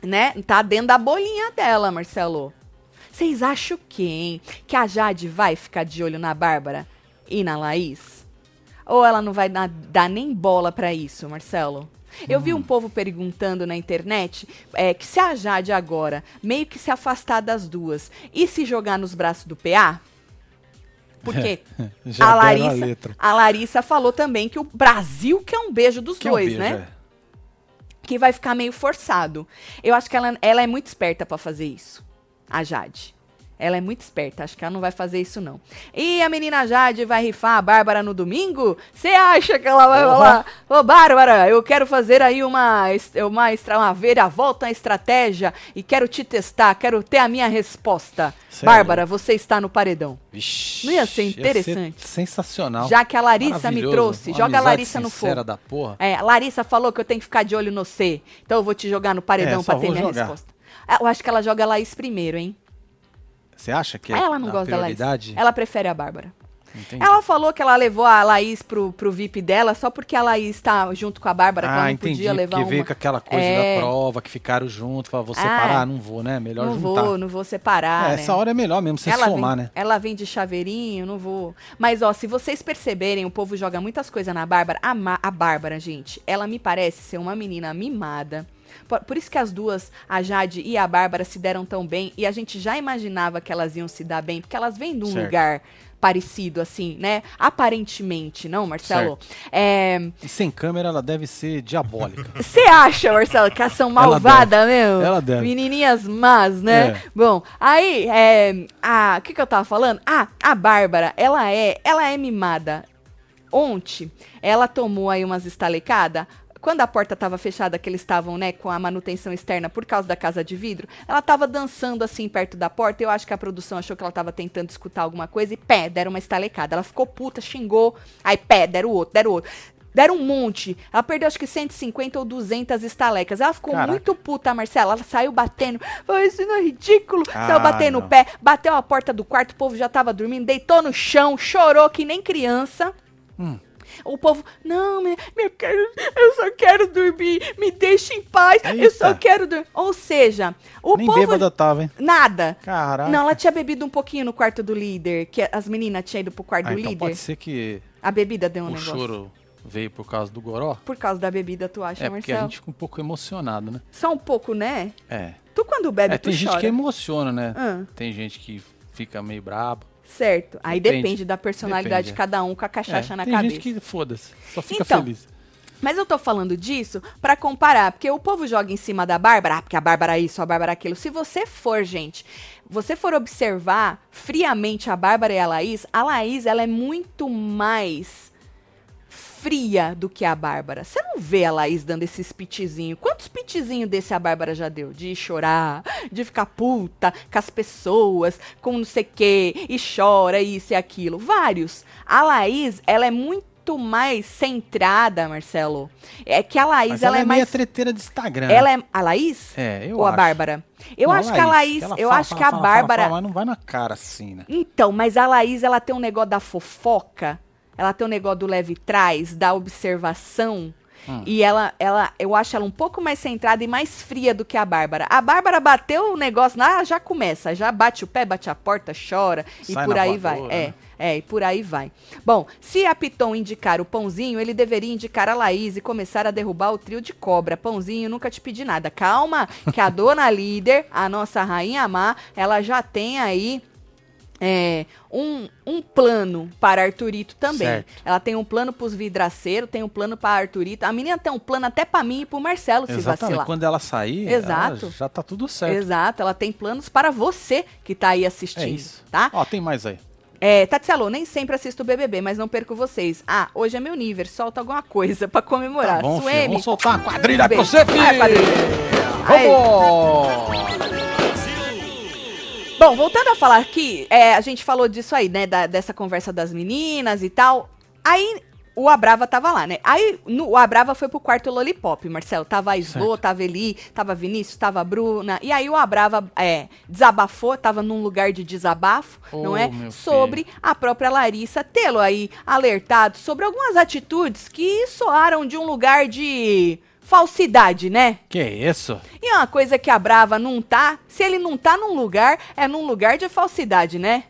Speaker 1: né? Tá dentro da bolinha dela, Marcelo. Vocês acham quem? Que a Jade vai ficar de olho na Bárbara e na Laís? Ou ela não vai na- dar nem bola pra isso, Marcelo? Eu vi um povo perguntando na internet é, que se a Jade agora meio que se afastar das duas e se jogar nos braços do PA, porque
Speaker 2: [laughs] Já
Speaker 1: a
Speaker 2: deram
Speaker 1: Larissa,
Speaker 2: a letra.
Speaker 1: a Larissa falou também que o Brasil quer um beijo dos
Speaker 2: Que é um
Speaker 1: dois,
Speaker 2: beijo,
Speaker 1: né?
Speaker 2: é.
Speaker 1: Que vai ficar meio forçado. Eu acho que ela, ela é muito esperta pra fazer isso, a Jade. Ela é muito esperta, acho que ela não vai fazer isso não. E a menina Jade vai rifar a Bárbara no domingo? Você acha que ela vai
Speaker 2: Porra.
Speaker 1: falar, ô Bárbara, eu quero fazer aí uma, es- uma, estra- uma viravolta, uma estratégia e quero te testar, quero ter a minha resposta.
Speaker 2: Cê é
Speaker 1: Bárbara, você está no paredão.
Speaker 2: Vixe,
Speaker 1: Não ia ser interessante?
Speaker 2: sensacional.
Speaker 1: Já que a Larissa me
Speaker 2: Maravilhoso.
Speaker 1: trouxe,
Speaker 2: Uma
Speaker 1: joga a
Speaker 2: amizade
Speaker 1: Larissa no
Speaker 2: sincera
Speaker 1: fogo.
Speaker 2: da porra.
Speaker 1: É, a Larissa falou que eu tenho que ficar de olho no C. Então eu vou te jogar no paredão
Speaker 2: É, só
Speaker 1: pra ter
Speaker 2: vou
Speaker 1: minha
Speaker 2: jogar.
Speaker 1: resposta. Ah, Eu acho que ela joga a Laís primeiro, hein?
Speaker 2: Você acha que é
Speaker 1: ela não
Speaker 2: a
Speaker 1: gosta da Laís.
Speaker 2: prioridade?
Speaker 1: Ela prefere a Bárbara.
Speaker 2: Entendi.
Speaker 1: Ela falou que ela levou a Laís pro, pro VIP dela só porque a Laís tá junto com a Bárbara, que ela
Speaker 2: Ah,
Speaker 1: não
Speaker 2: entendi.
Speaker 1: podia levar
Speaker 2: porque
Speaker 1: uma.
Speaker 2: veio com aquela coisa
Speaker 1: É.
Speaker 2: da prova, que ficaram juntos, pra você
Speaker 1: Ah,
Speaker 2: parar, não vou, né? Melhor
Speaker 1: não
Speaker 2: juntar.
Speaker 1: vou, não vou separar,
Speaker 2: É,
Speaker 1: né?
Speaker 2: Essa hora é melhor mesmo, você somar,
Speaker 1: vem,
Speaker 2: né?
Speaker 1: ela vem de chaveirinho, não vou. Mas, ó, se vocês perceberem, o povo joga muitas coisas na Bárbara. A, Ma- a Bárbara, gente, ela me parece ser uma menina mimada. Por, por isso que as duas, a Jade e a Bárbara, se deram tão bem. E a gente já imaginava que elas iam se dar bem, porque elas vêm de um
Speaker 2: Certo.
Speaker 1: lugar parecido, assim, né? Aparentemente, não, Marcelo? É,
Speaker 2: E sem câmera ela deve ser diabólica.
Speaker 1: Você acha, Marcelo, que elas são malvadas mesmo?
Speaker 2: Ela deve.
Speaker 1: Menininhas más, né?
Speaker 2: É.
Speaker 1: Bom, aí, é, a, o que, que eu tava falando? Ah, a Bárbara, ela é, ela é mimada. Ontem, ela tomou aí umas estalecadas. Quando a porta tava fechada, que eles estavam, né, com a manutenção externa por causa da casa de vidro, ela tava dançando assim perto da porta. Eu acho que a produção achou que ela tava tentando escutar alguma coisa e pé, deram uma estalecada. Ela ficou puta, xingou. Aí pé, deram outro, deram outro. Deram um monte. Ela perdeu acho que 150 ou 200 estalecas. Ela ficou
Speaker 2: Caraca.
Speaker 1: muito puta, Marcela. Ela saiu batendo. Falou, isso não é ridículo.
Speaker 2: Ah,
Speaker 1: saiu batendo o
Speaker 2: não.
Speaker 1: pé, bateu a porta do quarto, o povo já tava dormindo, deitou no chão, chorou que nem criança.
Speaker 2: Hum.
Speaker 1: O povo, não, me- me- eu, quero- eu só quero dormir, me deixa em paz, eu
Speaker 2: Eita.
Speaker 1: só quero dormir. Ou seja, [laughs] o
Speaker 2: Nem
Speaker 1: povo.
Speaker 2: bêbada tava, hein?
Speaker 1: Nada.
Speaker 2: Caraca.
Speaker 1: Não, ela tinha bebido um pouquinho no quarto do líder, que as meninas tinham ido pro quarto
Speaker 2: ah,
Speaker 1: do
Speaker 2: então
Speaker 1: líder.
Speaker 2: pode ser que
Speaker 1: A bebida deu um
Speaker 2: o
Speaker 1: negócio.
Speaker 2: choro veio por causa do goró.
Speaker 1: Por causa da bebida, tu acha,
Speaker 2: É, porque a
Speaker 1: Marcelo?
Speaker 2: gente fica um pouco emocionado, né?
Speaker 1: Só um pouco, né?
Speaker 2: É.
Speaker 1: Tu quando bebe,
Speaker 2: É,
Speaker 1: tu
Speaker 2: tem gente
Speaker 1: chora.
Speaker 2: que emociona, né?
Speaker 1: Ah,
Speaker 2: Tem gente que fica meio brabo.
Speaker 1: certo. Aí depende,
Speaker 2: Depende.
Speaker 1: da personalidade
Speaker 2: Depende,
Speaker 1: de
Speaker 2: é.
Speaker 1: cada um com a cachaça
Speaker 2: É,
Speaker 1: na
Speaker 2: tem
Speaker 1: cabeça.
Speaker 2: gente que foda-se, só fica
Speaker 1: Então,
Speaker 2: feliz.
Speaker 1: Mas eu tô falando disso pra comparar, porque o povo joga em cima da Bárbara, ah, porque a Bárbara é isso, a Bárbara é aquilo. Se você for, gente, você for observar friamente a Bárbara e a Laís, a Laís, ela é muito mais fria do que a Bárbara. Você não vê a Laís dando esses pitizinhos. Quantos pitizinhos desse a Bárbara já deu? De chorar, de ficar puta com as pessoas, com não sei o quê, e chora, isso e aquilo. Vários. A Laís, ela é muito mais centrada, Marcelo. É que a Laís,
Speaker 2: Mas
Speaker 1: ela, é,
Speaker 2: meio
Speaker 1: mais...
Speaker 2: treteira de Instagram. né?
Speaker 1: Ela é... A Laís?
Speaker 2: É, eu
Speaker 1: ou a
Speaker 2: acho.
Speaker 1: Bárbara? Eu
Speaker 2: Não, é
Speaker 1: acho que a Laís...
Speaker 2: ela
Speaker 1: eu
Speaker 2: fala,
Speaker 1: acho
Speaker 2: fala,
Speaker 1: que a
Speaker 2: fala, fala,
Speaker 1: Bárbara...
Speaker 2: fala, mas não vai na cara assim, né?
Speaker 1: Então, mas a Laís, ela tem um negócio da fofoca, ela tem um negócio do leve trás, da observação.
Speaker 2: Hum.
Speaker 1: E ela, ela, eu acho ela um pouco mais centrada e mais fria do que a Bárbara. A Bárbara bateu o negócio, lá ela já começa, já bate o pé, bate a porta, chora e
Speaker 2: Sai
Speaker 1: por
Speaker 2: na
Speaker 1: aí vai.
Speaker 2: voadora,
Speaker 1: É,
Speaker 2: né?
Speaker 1: é, e por aí vai. Bom, se a Piton indicar o Pãozinho, ele deveria indicar a Laís e começar a derrubar o trio de cobra. Pãozinho, nunca te pedi nada. Calma, que a [laughs] dona líder, a nossa rainha má, ela já tem aí é, um, um plano para Arthurito também.
Speaker 2: Certo.
Speaker 1: Ela tem um plano para os vidraceiros, tem um plano para Arthurito. A menina tem um plano até para mim e para Marcelo se
Speaker 2: Exatamente.
Speaker 1: vacilar.
Speaker 2: Quando ela sair,
Speaker 1: Exato.
Speaker 2: ela já tá tudo certo.
Speaker 1: Exato, ela tem planos para você que tá aí assistindo,
Speaker 2: É isso.
Speaker 1: tá?
Speaker 2: Ó, tem mais aí.
Speaker 1: É, Tati Salô, nem sempre assisto o BBB, mas não perco vocês. Ah, hoje é meu nível, solta alguma coisa pra comemorar.
Speaker 2: Tá bom, filho.
Speaker 1: Suemi.
Speaker 2: Vamos soltar a quadrilha pra
Speaker 1: Beijo.
Speaker 2: você, filho.
Speaker 1: Vai, quadrilha. Aí.
Speaker 2: Vamos!
Speaker 1: Bom, voltando a falar aqui, é, a gente falou disso aí, né? da- dessa conversa das meninas e tal. Aí o Abrava tava lá, né? Aí no, o Abrava foi pro quarto Lollipop, Marcelo. Tava a Islô, tava Eli, tava Vinícius, tava a Bruna. E aí o Abrava é, desabafou, tava num lugar de desabafo,
Speaker 2: Oh,
Speaker 1: não é?
Speaker 2: meu filho.
Speaker 1: Sobre a própria Larissa tê-lo aí alertado sobre algumas atitudes que soaram de um lugar de falsidade, né?
Speaker 2: Que isso?
Speaker 1: E é uma coisa que a Brava não tá, se ele não tá num lugar, é num lugar de falsidade, né?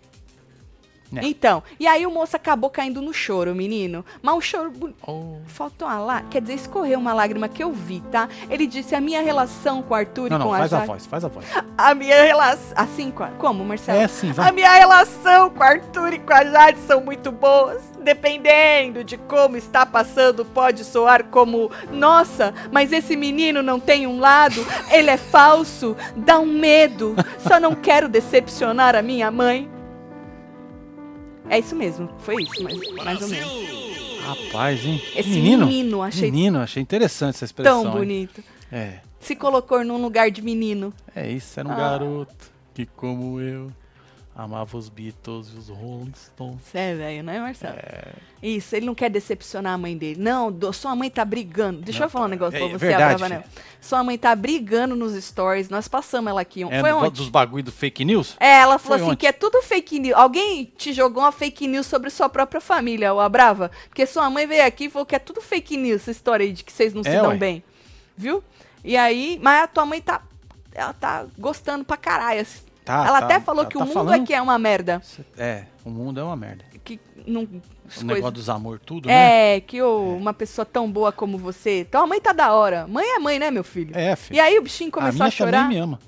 Speaker 2: É.
Speaker 1: Então, e aí o moço acabou caindo no choro, menino. Mas um choro boni-
Speaker 2: Oh.
Speaker 1: Faltou uma lá, quer dizer, escorreu uma lágrima que eu vi, tá? Ele disse a minha relação com o Arthur
Speaker 2: Não,
Speaker 1: e
Speaker 2: não,
Speaker 1: com a
Speaker 2: faz a
Speaker 1: Jaque-
Speaker 2: voz, faz a voz.
Speaker 1: A minha relação. Assim, com a- como, Marcelo?
Speaker 2: É assim,
Speaker 1: A
Speaker 2: vai.
Speaker 1: minha relação com o Arthur e com a Jade são muito boas. Dependendo de como está passando, pode soar como: nossa, mas esse menino não tem um lado, ele é falso, dá um medo. Só não quero decepcionar a minha mãe. É isso mesmo, foi isso, mais, mais ou menos.
Speaker 2: Rapaz, hein?
Speaker 1: Esse menino,
Speaker 2: menino?
Speaker 1: achei
Speaker 2: Menino, achei interessante essa expressão.
Speaker 1: tão
Speaker 2: hein?
Speaker 1: bonito.
Speaker 2: É,
Speaker 1: Se colocou num lugar de menino.
Speaker 2: é isso, era um
Speaker 1: Ah.
Speaker 2: garoto que, como eu, amava os Beatles e os Rolling Stones.
Speaker 1: Você é velho, né, Marcelo?
Speaker 2: É.
Speaker 1: Isso, ele não quer decepcionar a mãe dele. Não, do- sua mãe tá brigando. Deixa
Speaker 2: Não,
Speaker 1: eu falar um negócio
Speaker 2: é
Speaker 1: pra você,
Speaker 2: verdade,
Speaker 1: Abravanel. Sua mãe tá brigando nos stories. Nós passamos ela aqui. ontem.
Speaker 2: É,
Speaker 1: Foi
Speaker 2: do-
Speaker 1: ontem.
Speaker 2: dos bagulho do fake news?
Speaker 1: É, ela
Speaker 2: Foi
Speaker 1: falou assim
Speaker 2: ontem.
Speaker 1: que é tudo fake news. Alguém te jogou uma fake news sobre sua própria família, o Abrava? Porque sua mãe veio aqui e falou que é tudo fake news, essa história aí de que vocês não se
Speaker 2: É,
Speaker 1: dão
Speaker 2: ué.
Speaker 1: bem. Viu? E aí, mas a tua mãe tá. Ela tá gostando pra caralho. assim.
Speaker 2: Tá,
Speaker 1: ela
Speaker 2: tá,
Speaker 1: até falou
Speaker 2: tá-
Speaker 1: que o
Speaker 2: tá
Speaker 1: mundo
Speaker 2: falando-
Speaker 1: aqui é uma merda.
Speaker 2: É, o mundo é uma merda.
Speaker 1: Que não.
Speaker 2: O
Speaker 1: as coisas-
Speaker 2: Um negócio dos amor tudo, né?
Speaker 1: É, que ô, uma pessoa tão boa como você. Tua mãe tá da hora. Mãe é mãe, né, meu filho?
Speaker 2: É, filho.
Speaker 1: E aí o bichinho
Speaker 2: a
Speaker 1: começou
Speaker 2: minha
Speaker 1: a, chorar.
Speaker 2: também me ama.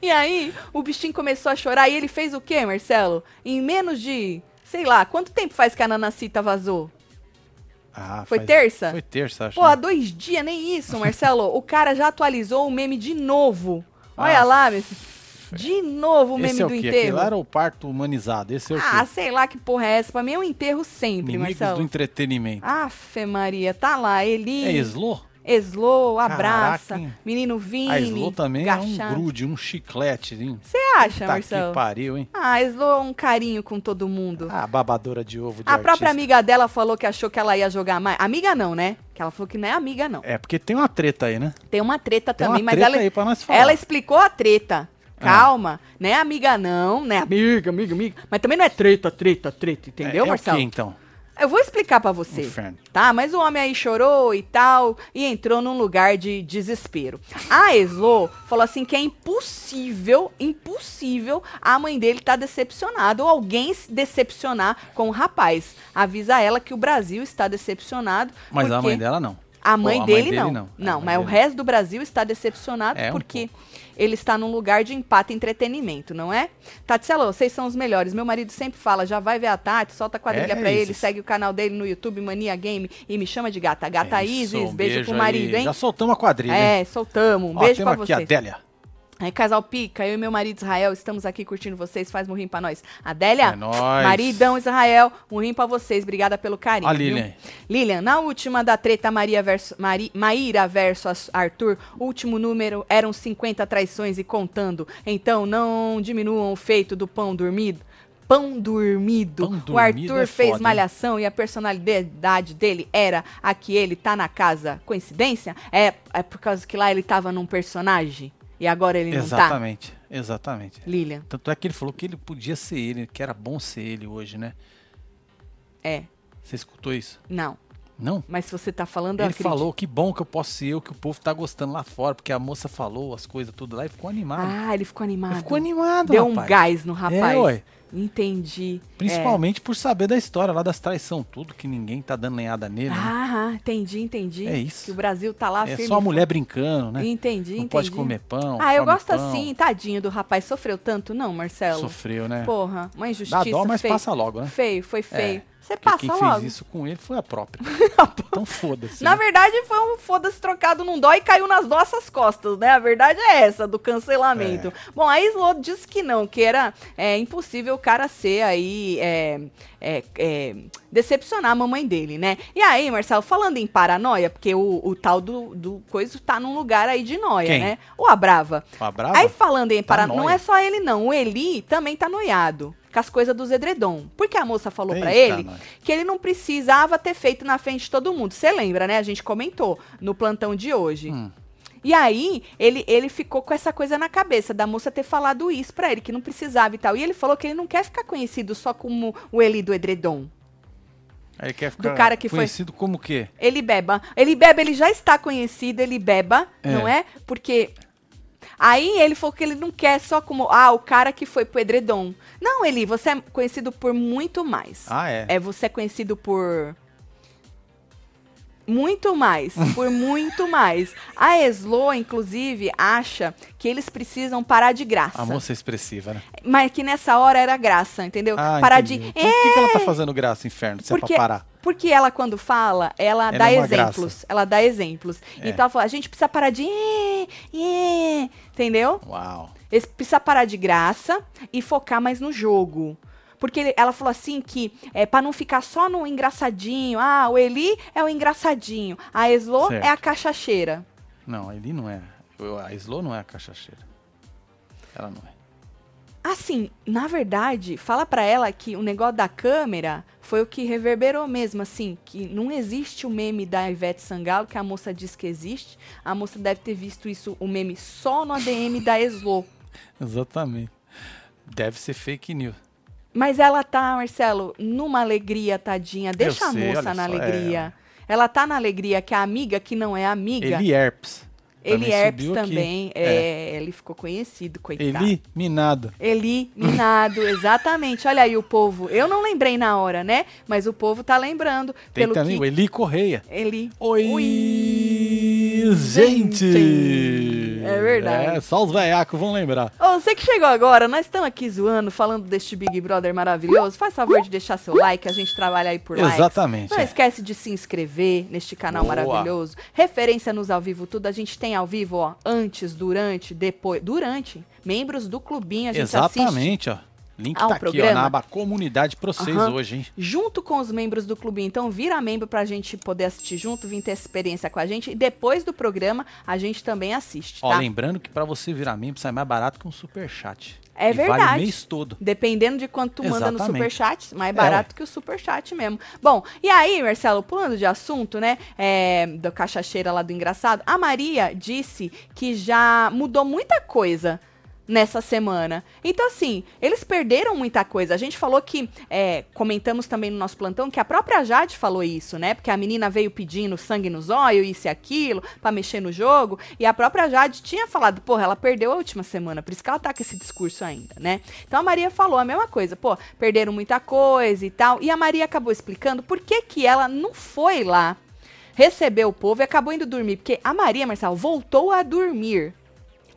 Speaker 1: E aí o bichinho começou a chorar. E ele fez o quê, Marcelo? Em menos de. Sei lá, quanto tempo faz que a Nanacita vazou?
Speaker 2: Ah,
Speaker 1: Foi
Speaker 2: faz-
Speaker 1: terça?
Speaker 2: Foi terça, acho. né?
Speaker 1: Pô, há dois dias, nem isso, Marcelo. o cara já atualizou o meme de novo. Olha
Speaker 2: Ah,
Speaker 1: lá, meu filho. De novo o meme
Speaker 2: Esse é o
Speaker 1: do
Speaker 2: quê? Aquele
Speaker 1: enterro.
Speaker 2: lá era o parto humanizado. Esse é o
Speaker 1: Ah,
Speaker 2: quê?
Speaker 1: sei lá que porra é essa. Pra mim é um enterro sempre,
Speaker 2: Inimigos
Speaker 1: Marcelo.
Speaker 2: do entretenimento.
Speaker 1: Afe Maria, tá lá, Eli.
Speaker 2: É Slow?
Speaker 1: Eslo, abraça,
Speaker 2: Caraca, hein?
Speaker 1: menino Vini.
Speaker 2: A Slow também é um
Speaker 1: Gachá.
Speaker 2: grude, um chiclete, hein?
Speaker 1: Você acha,
Speaker 2: tá
Speaker 1: Marcelo?
Speaker 2: que pariu, hein?
Speaker 1: Ah, Eslo é um carinho com todo mundo.
Speaker 2: Ah, babadora de ovo de
Speaker 1: a própria
Speaker 2: artista.
Speaker 1: amiga dela falou que achou que ela ia jogar mais. Amiga não, né? Que ela falou que não é amiga, não.
Speaker 2: É, porque tem uma treta aí, né?
Speaker 1: Tem uma treta
Speaker 2: Tem
Speaker 1: também,
Speaker 2: uma
Speaker 1: mas
Speaker 2: treta
Speaker 1: ela,
Speaker 2: aí pra nós falar.
Speaker 1: ela explicou a treta.
Speaker 2: Ah.
Speaker 1: Calma, não é amiga não, né? Amiga, amiga, amiga. Mas também não é treta, treta, treta, entendeu,
Speaker 2: é,
Speaker 1: Marcelo?
Speaker 2: É o quê, então?
Speaker 1: Eu vou explicar pra você.
Speaker 2: Um Inferno.
Speaker 1: Tá, mas o homem aí chorou e tal, e entrou num lugar de desespero. A Eslo falou assim que é impossível, impossível a mãe dele tá decepcionada ou alguém se decepcionar com o rapaz. Avisa ela que o Brasil está decepcionado.
Speaker 2: Mas a
Speaker 1: porque
Speaker 2: mãe dela não.
Speaker 1: A mãe,
Speaker 2: Pô, a mãe
Speaker 1: dele,
Speaker 2: dele
Speaker 1: não.
Speaker 2: não.
Speaker 1: Não,
Speaker 2: A mãe
Speaker 1: mas o
Speaker 2: dele.
Speaker 1: resto do Brasil está decepcionado
Speaker 2: É, um
Speaker 1: porque ele está num lugar de empate e entretenimento, não é? Tatielo, vocês são os melhores. Meu marido sempre fala, já vai ver a Tati, solta a quadrilha
Speaker 2: É
Speaker 1: pra ele,
Speaker 2: isso.
Speaker 1: segue o canal dele no YouTube, Mania Game, e me chama de gata. Gata
Speaker 2: É isso,
Speaker 1: Isis,
Speaker 2: um
Speaker 1: beijo, pro marido,
Speaker 2: aí.
Speaker 1: hein?
Speaker 2: Já soltamos a quadrilha. hein?
Speaker 1: É, soltamos. Um
Speaker 2: Ó,
Speaker 1: beijo pra
Speaker 2: temos aqui a
Speaker 1: vocês.
Speaker 2: Adélia.
Speaker 1: Aí, casal Pica, eu e meu marido Israel estamos aqui curtindo vocês, faz um rim pra nós. Adélia,
Speaker 2: É nóis.
Speaker 1: maridão Israel, um rim pra vocês, obrigada pelo carinho.
Speaker 2: A
Speaker 1: viu?
Speaker 2: Lilian.
Speaker 1: Lilian, na última da treta Maria versus, Mari- Maíra versus Arthur, último número eram 50 traições e contando. Então não diminuam o feito do pão dormido. Pão dormido.
Speaker 2: Pão
Speaker 1: o
Speaker 2: dormido
Speaker 1: Arthur
Speaker 2: é
Speaker 1: fez
Speaker 2: foda, hein?
Speaker 1: malhação e a personalidade dele era a que ele tá na casa. Coincidência? É, é por causa que lá ele tava num personagem e agora ele não tá.
Speaker 2: Exatamente, exatamente.
Speaker 1: Lilian,
Speaker 2: Tanto é que ele falou que ele podia ser ele, que era bom ser ele hoje, né?
Speaker 1: é,
Speaker 2: Você escutou isso?
Speaker 1: não.
Speaker 2: Não?
Speaker 1: Mas se você tá falando, eu
Speaker 2: Ele
Speaker 1: acredito.
Speaker 2: falou que bom que eu posso ser eu, que o povo tá gostando lá fora, porque a moça falou as coisas tudo lá e ficou animado.
Speaker 1: Ah, ele ficou animado.
Speaker 2: Ele ficou animado,
Speaker 1: Deu um
Speaker 2: rapaz.
Speaker 1: gás no rapaz. É.
Speaker 2: É, ué.
Speaker 1: Entendi.
Speaker 2: Principalmente por saber da história lá das traição, tudo, que ninguém tá dando lenhada nele. né?
Speaker 1: Ah, ah, entendi, entendi.
Speaker 2: É isso.
Speaker 1: Que o Brasil tá lá
Speaker 2: é
Speaker 1: firme.
Speaker 2: só a mulher brincando, né?
Speaker 1: Entendi,
Speaker 2: não
Speaker 1: entendi.
Speaker 2: pode comer pão.
Speaker 1: Ah, eu
Speaker 2: come
Speaker 1: gosto
Speaker 2: pão.
Speaker 1: assim, tadinho do rapaz. Sofreu tanto, não, Marcelo?
Speaker 2: Sofreu, né?
Speaker 1: Porra, uma injustiça.
Speaker 2: Dá dó, mas
Speaker 1: feio.
Speaker 2: passa logo, né?
Speaker 1: Feio, foi feio. Você
Speaker 2: Porque
Speaker 1: passa
Speaker 2: quem
Speaker 1: logo.
Speaker 2: fez isso com ele foi a
Speaker 1: [laughs]
Speaker 2: própria. então foda-se. né?
Speaker 1: Na verdade, foi um foda-se trocado num dó e caiu nas nossas costas, né? A verdade é essa, do
Speaker 2: É.
Speaker 1: cancelamento. Bom, a Slo disse que não, que era é, impossível o cara ser aí. é, é, é, decepcionar a mamãe dele, né? E aí, Marcelo, falando em paranoia, porque o, o tal do, do coisa tá num lugar aí de noia,
Speaker 2: Quem?
Speaker 1: né? O Abrava.
Speaker 2: Uma brava?
Speaker 1: Aí falando em
Speaker 2: Tá
Speaker 1: paranoia, não
Speaker 2: nóia.
Speaker 1: é só ele não, o Eli também tá noiado com as coisas dos edredom. Porque a moça falou pra
Speaker 2: Eita,
Speaker 1: ele
Speaker 2: nós.
Speaker 1: que ele não precisava ter feito na frente de todo mundo. Você lembra, né? A gente comentou no plantão de hoje.
Speaker 2: Hum.
Speaker 1: E aí, ele, ele ficou com essa coisa na cabeça da moça ter falado isso pra ele, que não precisava e tal. E ele falou que ele não quer ficar conhecido só como o Eli do edredom.
Speaker 2: Aí quer ficar
Speaker 1: cara que foi-
Speaker 2: conhecido como o quê?
Speaker 1: Ele beba. Ele beba, ele já está conhecido, ele beba,
Speaker 2: É.
Speaker 1: não é? Porque Aí ele falou que ele não quer só como, ah, o cara que foi pro edredom. Não, Eli, você é conhecido por muito mais.
Speaker 2: Ah, é.
Speaker 1: É, você é conhecido por. Muito mais,
Speaker 2: [laughs]
Speaker 1: por muito mais. A Eslo, inclusive, acha que eles precisam parar de graça.
Speaker 2: A moça é expressiva, né?
Speaker 1: Mas que nessa hora era graça, entendeu?
Speaker 2: Ah,
Speaker 1: parar
Speaker 2: entendi.
Speaker 1: de. É,
Speaker 2: Por que, que ela tá fazendo graça, inferno? Se é pra parar.
Speaker 1: Porque ela, quando fala, ela,
Speaker 2: Ela
Speaker 1: dá
Speaker 2: é uma
Speaker 1: exemplos. Ela dá exemplos.
Speaker 2: É.
Speaker 1: Então ela fala, a gente precisa parar de. "É, é", entendeu?
Speaker 2: Uau.
Speaker 1: Eles precisam parar de graça e focar mais no jogo. Porque ele- ela falou assim que é para não ficar só no engraçadinho. Ah, o Eli é o engraçadinho. A Eslo
Speaker 2: Certo.
Speaker 1: é a cachacheira.
Speaker 2: Não, ele não é. Eu- A Slow não é a cachaceira. Ela não é.
Speaker 1: Assim, na verdade, fala pra ela que o negócio da câmera foi o que reverberou mesmo, assim, que não existe o meme da Ivete Sangalo, que a moça diz que existe. A moça deve ter visto isso, o meme, só no ADM da Eslo.
Speaker 2: Exatamente. Deve ser fake news.
Speaker 1: Mas ela tá, Marcelo, numa alegria, tadinha. Deixa a
Speaker 2: sei,
Speaker 1: moça
Speaker 2: olha
Speaker 1: na
Speaker 2: só, é
Speaker 1: alegria. Ela tá na alegria, que a amiga que não é amiga,
Speaker 2: Eli Herpes.
Speaker 1: Eli
Speaker 2: também
Speaker 1: Herpes
Speaker 2: subiu aqui.
Speaker 1: também. tá. É, ele ficou conhecido, coitado.
Speaker 2: Eli Minado. [laughs]
Speaker 1: Eli Minado, exatamente. Olha aí o povo. Eu não lembrei na hora, né? Mas o povo tá lembrando.
Speaker 2: Tem
Speaker 1: pelo
Speaker 2: também
Speaker 1: que
Speaker 2: o Eli Correia.
Speaker 1: Eli.
Speaker 2: Oi, gente!
Speaker 1: gente! É verdade.
Speaker 2: É, só os veiacos vão lembrar.
Speaker 1: Ô, você que chegou agora, nós estamos aqui zoando, falando deste Big Brother maravilhoso. Faz favor de deixar seu like, a gente trabalha aí por likes.
Speaker 2: Exatamente.
Speaker 1: Não esquece de se inscrever neste canal
Speaker 2: Boa.
Speaker 1: maravilhoso. Referência nos ao vivo tudo. A gente tem ao vivo, ó, antes, durante, depois. Durante. Membros do clubinho, a gente assiste.
Speaker 2: Exatamente, ó. Link
Speaker 1: ao
Speaker 2: tá aqui, ó,
Speaker 1: programa.
Speaker 2: na aba comunidade pra vocês
Speaker 1: Aham.
Speaker 2: hoje, hein?
Speaker 1: Junto com os membros do clubinho. Então, vira membro pra gente poder assistir junto, vir ter essa experiência com a gente. E depois do programa, a gente também assiste,
Speaker 2: Ó,
Speaker 1: tá?
Speaker 2: lembrando que pra você virar membro sai mais barato que um superchat.
Speaker 1: É
Speaker 2: E Vale
Speaker 1: verdade.
Speaker 2: o mês todo.
Speaker 1: Dependendo de quanto tu manda no
Speaker 2: Exatamente.
Speaker 1: superchat, mais
Speaker 2: É,
Speaker 1: barato que o superchat mesmo. Bom, e aí, Marcelo, pulando de assunto, né? É, da cachacheira lá do engraçado, a Maria disse que já mudou muita coisa nessa semana. Então, assim, eles perderam muita coisa. A gente falou que, é, comentamos também no nosso plantão, que a própria Jade falou isso, né? Porque a menina veio pedindo sangue nos olhos, isso e aquilo, pra mexer no jogo. E a própria Jade tinha falado, porra, ela perdeu a última semana, por isso que ela tá com esse discurso ainda, né? Então a Maria falou a mesma coisa, pô, perderam muita coisa e tal. E a Maria acabou explicando por que que ela não foi lá receber o povo e acabou indo dormir. Porque a Maria, Marcelo, voltou a dormir.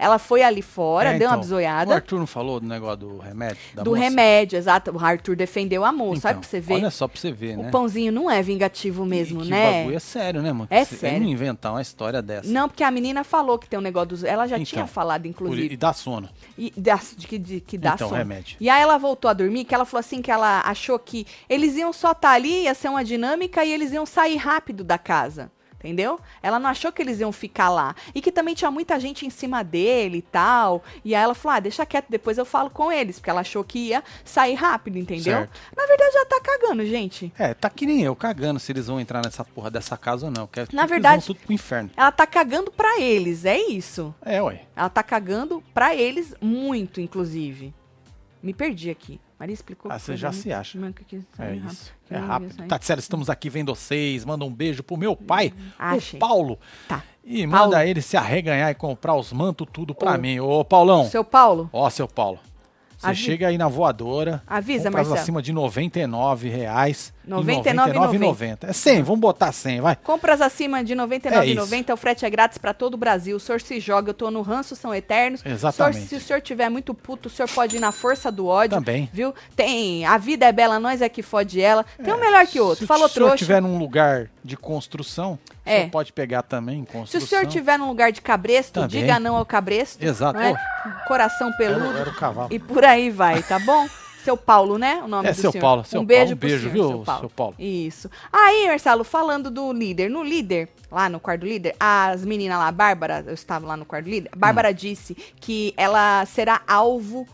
Speaker 1: Ela foi ali fora,
Speaker 2: É,
Speaker 1: deu uma
Speaker 2: então, O
Speaker 1: bizoiada
Speaker 2: Arthur não falou do negócio do remédio? Da
Speaker 1: do
Speaker 2: moça?
Speaker 1: remédio, exato. O Arthur defendeu a moça.
Speaker 2: Então,
Speaker 1: olha pra você ver.
Speaker 2: Olha só pra você ver, né?
Speaker 1: O pãozinho não é vingativo mesmo,
Speaker 2: E que
Speaker 1: né?
Speaker 2: bagulho é sério, né, mano?
Speaker 1: É
Speaker 2: Você-
Speaker 1: sério.
Speaker 2: Não inventar uma história dessa.
Speaker 1: Não, porque a menina falou que tem um negócio dos. Ela já
Speaker 2: Assim. Então,
Speaker 1: tinha falado,
Speaker 2: Por-
Speaker 1: inclusive.
Speaker 2: E dá sono.
Speaker 1: E dá- de que, de que dá
Speaker 2: então,
Speaker 1: sono.
Speaker 2: remédio.
Speaker 1: E aí ela voltou a dormir, que ela falou assim que ela achou que eles iam só estar ali, ia ser uma dinâmica e eles iam sair rápido da casa. Entendeu? Ela não achou que eles iam ficar lá. E que também tinha muita gente em cima dele e tal. E aí ela falou: ah, deixa quieto, depois eu falo com eles. Porque ela achou que ia sair rápido, entendeu?
Speaker 2: Certo.
Speaker 1: Na verdade, ela tá cagando, gente.
Speaker 2: É, tá que nem eu, cagando se eles vão entrar nessa porra dessa casa ou não. Quero que
Speaker 1: Na
Speaker 2: eles
Speaker 1: verdade-
Speaker 2: vão tudo pro inferno.
Speaker 1: Ela tá cagando pra eles, é isso.
Speaker 2: É, ué.
Speaker 1: Ela tá cagando pra eles muito, inclusive. Me perdi aqui. Maria explicou.
Speaker 2: Ah,
Speaker 1: que
Speaker 2: você
Speaker 1: foi
Speaker 2: já
Speaker 1: de-
Speaker 2: se acha.
Speaker 1: Mano, que- que-
Speaker 2: É isso.
Speaker 1: que-
Speaker 2: É
Speaker 1: que-
Speaker 2: rápido.
Speaker 1: que-
Speaker 2: Tá sério, estamos aqui vendo vocês. Manda um beijo pro meu pai,
Speaker 1: Ah, Achei.
Speaker 2: o Paulo.
Speaker 1: Tá.
Speaker 2: E
Speaker 1: Paulo.
Speaker 2: manda ele se arreganhar e comprar os mantos tudo pra
Speaker 1: Ô.
Speaker 2: mim. Ô, Paulão.
Speaker 1: Seu Paulo,
Speaker 2: Ó, seu Paulo. Você
Speaker 1: Avi-
Speaker 2: chega aí na voadora.
Speaker 1: Avisa,
Speaker 2: compra
Speaker 1: Marcelo.
Speaker 2: acima de R$ 99 reais. e
Speaker 1: 99,90.
Speaker 2: É 100, vamos botar 100, vai.
Speaker 1: compras acima de R$
Speaker 2: É
Speaker 1: 99,90, o frete é grátis pra todo o Brasil. O senhor se joga, eu tô no ranço, são eternos.
Speaker 2: Exatamente.
Speaker 1: O senhor- se o senhor tiver muito puto, o senhor pode ir na força do ódio.
Speaker 2: Também.
Speaker 1: Viu? Tem A Vida é Bela, Nós é que fode ela. Tem um melhor que o outro.
Speaker 2: Se
Speaker 1: Falou
Speaker 2: o senhor
Speaker 1: trouxa.
Speaker 2: tiver num lugar de construção,
Speaker 1: É.
Speaker 2: o senhor pode pegar também em
Speaker 1: Se
Speaker 2: construção.
Speaker 1: o senhor tiver num lugar de cabresto,
Speaker 2: Também.
Speaker 1: diga não ao cabresto.
Speaker 2: Exato.
Speaker 1: né?
Speaker 2: Ô,
Speaker 1: Coração
Speaker 2: É, era,
Speaker 1: peludo.
Speaker 2: era o cavalo.
Speaker 1: E por aí vai, tá bom? Seu Paulo, né? O nome
Speaker 2: É
Speaker 1: do
Speaker 2: seu
Speaker 1: senhor.
Speaker 2: Paulo, seu
Speaker 1: um
Speaker 2: Paulo,
Speaker 1: beijo,
Speaker 2: um
Speaker 1: pro
Speaker 2: beijo,
Speaker 1: senhor,
Speaker 2: viu,
Speaker 1: seu Paulo.
Speaker 2: seu Paulo?
Speaker 1: Isso. Aí, Marcelo, falando do líder. No líder, lá no quarto líder, as meninas lá, a Bárbara, eu estava lá no quarto líder, a
Speaker 2: Hum.
Speaker 1: Bárbara disse que ela será alvo. O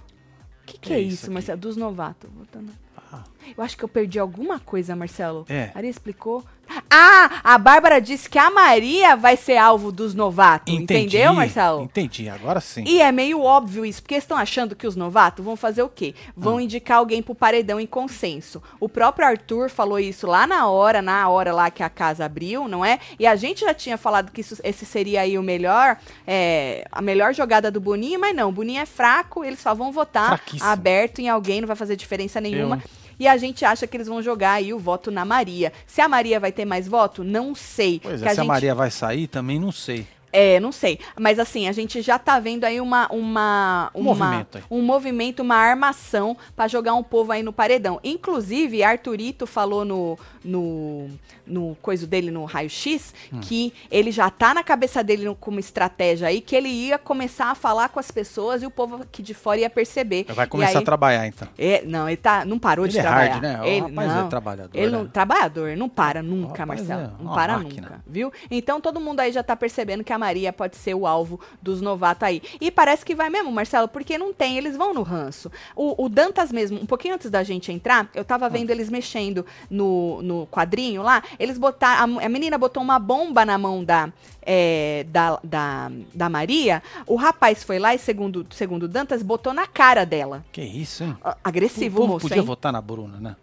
Speaker 1: que, que é,
Speaker 2: É isso
Speaker 1: isso,
Speaker 2: aqui.
Speaker 1: Marcelo? Dos novatos. Voltando.
Speaker 2: Ah,
Speaker 1: Eu acho que eu perdi alguma coisa, Marcelo.
Speaker 2: É.
Speaker 1: Maria explicou Ah, a Bárbara disse que a Maria vai ser alvo dos novatos,
Speaker 2: Entendi,
Speaker 1: entendeu, Marcelo?
Speaker 2: Entendi, agora sim.
Speaker 1: E é meio óbvio isso, porque eles estão achando que os novatos vão fazer o quê?
Speaker 2: Ah.
Speaker 1: Vão indicar alguém pro paredão em consenso. O próprio Arthur falou isso lá na hora, na hora lá que a casa abriu, não é? E a gente já tinha falado que isso- esse seria aí o melhor, é, a melhor jogada do Boninho, mas não, o Boninho é fraco, eles só vão votar
Speaker 2: Fraquíssimo.
Speaker 1: aberto em alguém, não vai fazer diferença nenhuma.
Speaker 2: Eu-
Speaker 1: E a gente acha que eles vão jogar aí o voto na Maria. Se a Maria vai ter mais voto, não sei.
Speaker 2: Pois
Speaker 1: Que
Speaker 2: é, se a
Speaker 1: gente-
Speaker 2: Maria vai sair também, não sei.
Speaker 1: é, não sei. Mas assim, a gente já tá vendo aí uma. uma,
Speaker 2: Um
Speaker 1: uma-
Speaker 2: movimento aí.
Speaker 1: Um movimento, uma armação pra jogar um povo aí no paredão. Inclusive, Arthurito falou no. no, no coisa dele no raio-x
Speaker 2: Hum.
Speaker 1: que ele já tá na cabeça dele no- com uma estratégia aí que ele ia começar a falar com as pessoas e o povo aqui de fora ia perceber.
Speaker 2: Vai
Speaker 1: E
Speaker 2: começar
Speaker 1: aí-
Speaker 2: a trabalhar, então.
Speaker 1: É, não, ele tá, não parou de
Speaker 2: Ele é
Speaker 1: trabalhar.
Speaker 2: hard, né? O
Speaker 1: Ele,
Speaker 2: rapaz
Speaker 1: não,
Speaker 2: é trabalhador.
Speaker 1: ele
Speaker 2: né?
Speaker 1: não, trabalhador, não para nunca,
Speaker 2: rapaz
Speaker 1: Marcelo.
Speaker 2: é
Speaker 1: não
Speaker 2: uma
Speaker 1: para
Speaker 2: máquina.
Speaker 1: nunca, viu? Então todo mundo aí já tá percebendo que a Maria pode ser o alvo dos novatos aí. E parece que vai mesmo, Marcelo, porque não tem, eles vão no ranço. O, o Dantas mesmo, um pouquinho antes da gente entrar, eu tava
Speaker 2: Ah.
Speaker 1: vendo eles mexendo no, no quadrinho lá, eles botaram, a, a menina botou uma bomba na mão da, é, da, da, da Maria, o rapaz foi lá e, segundo, segundo o Dantas, botou na cara dela.
Speaker 2: Que isso, hein?
Speaker 1: Ah,
Speaker 2: o
Speaker 1: Agressivo,
Speaker 2: povo
Speaker 1: moço,
Speaker 2: podia Tá
Speaker 1: hein?
Speaker 2: votar na Bruna, né?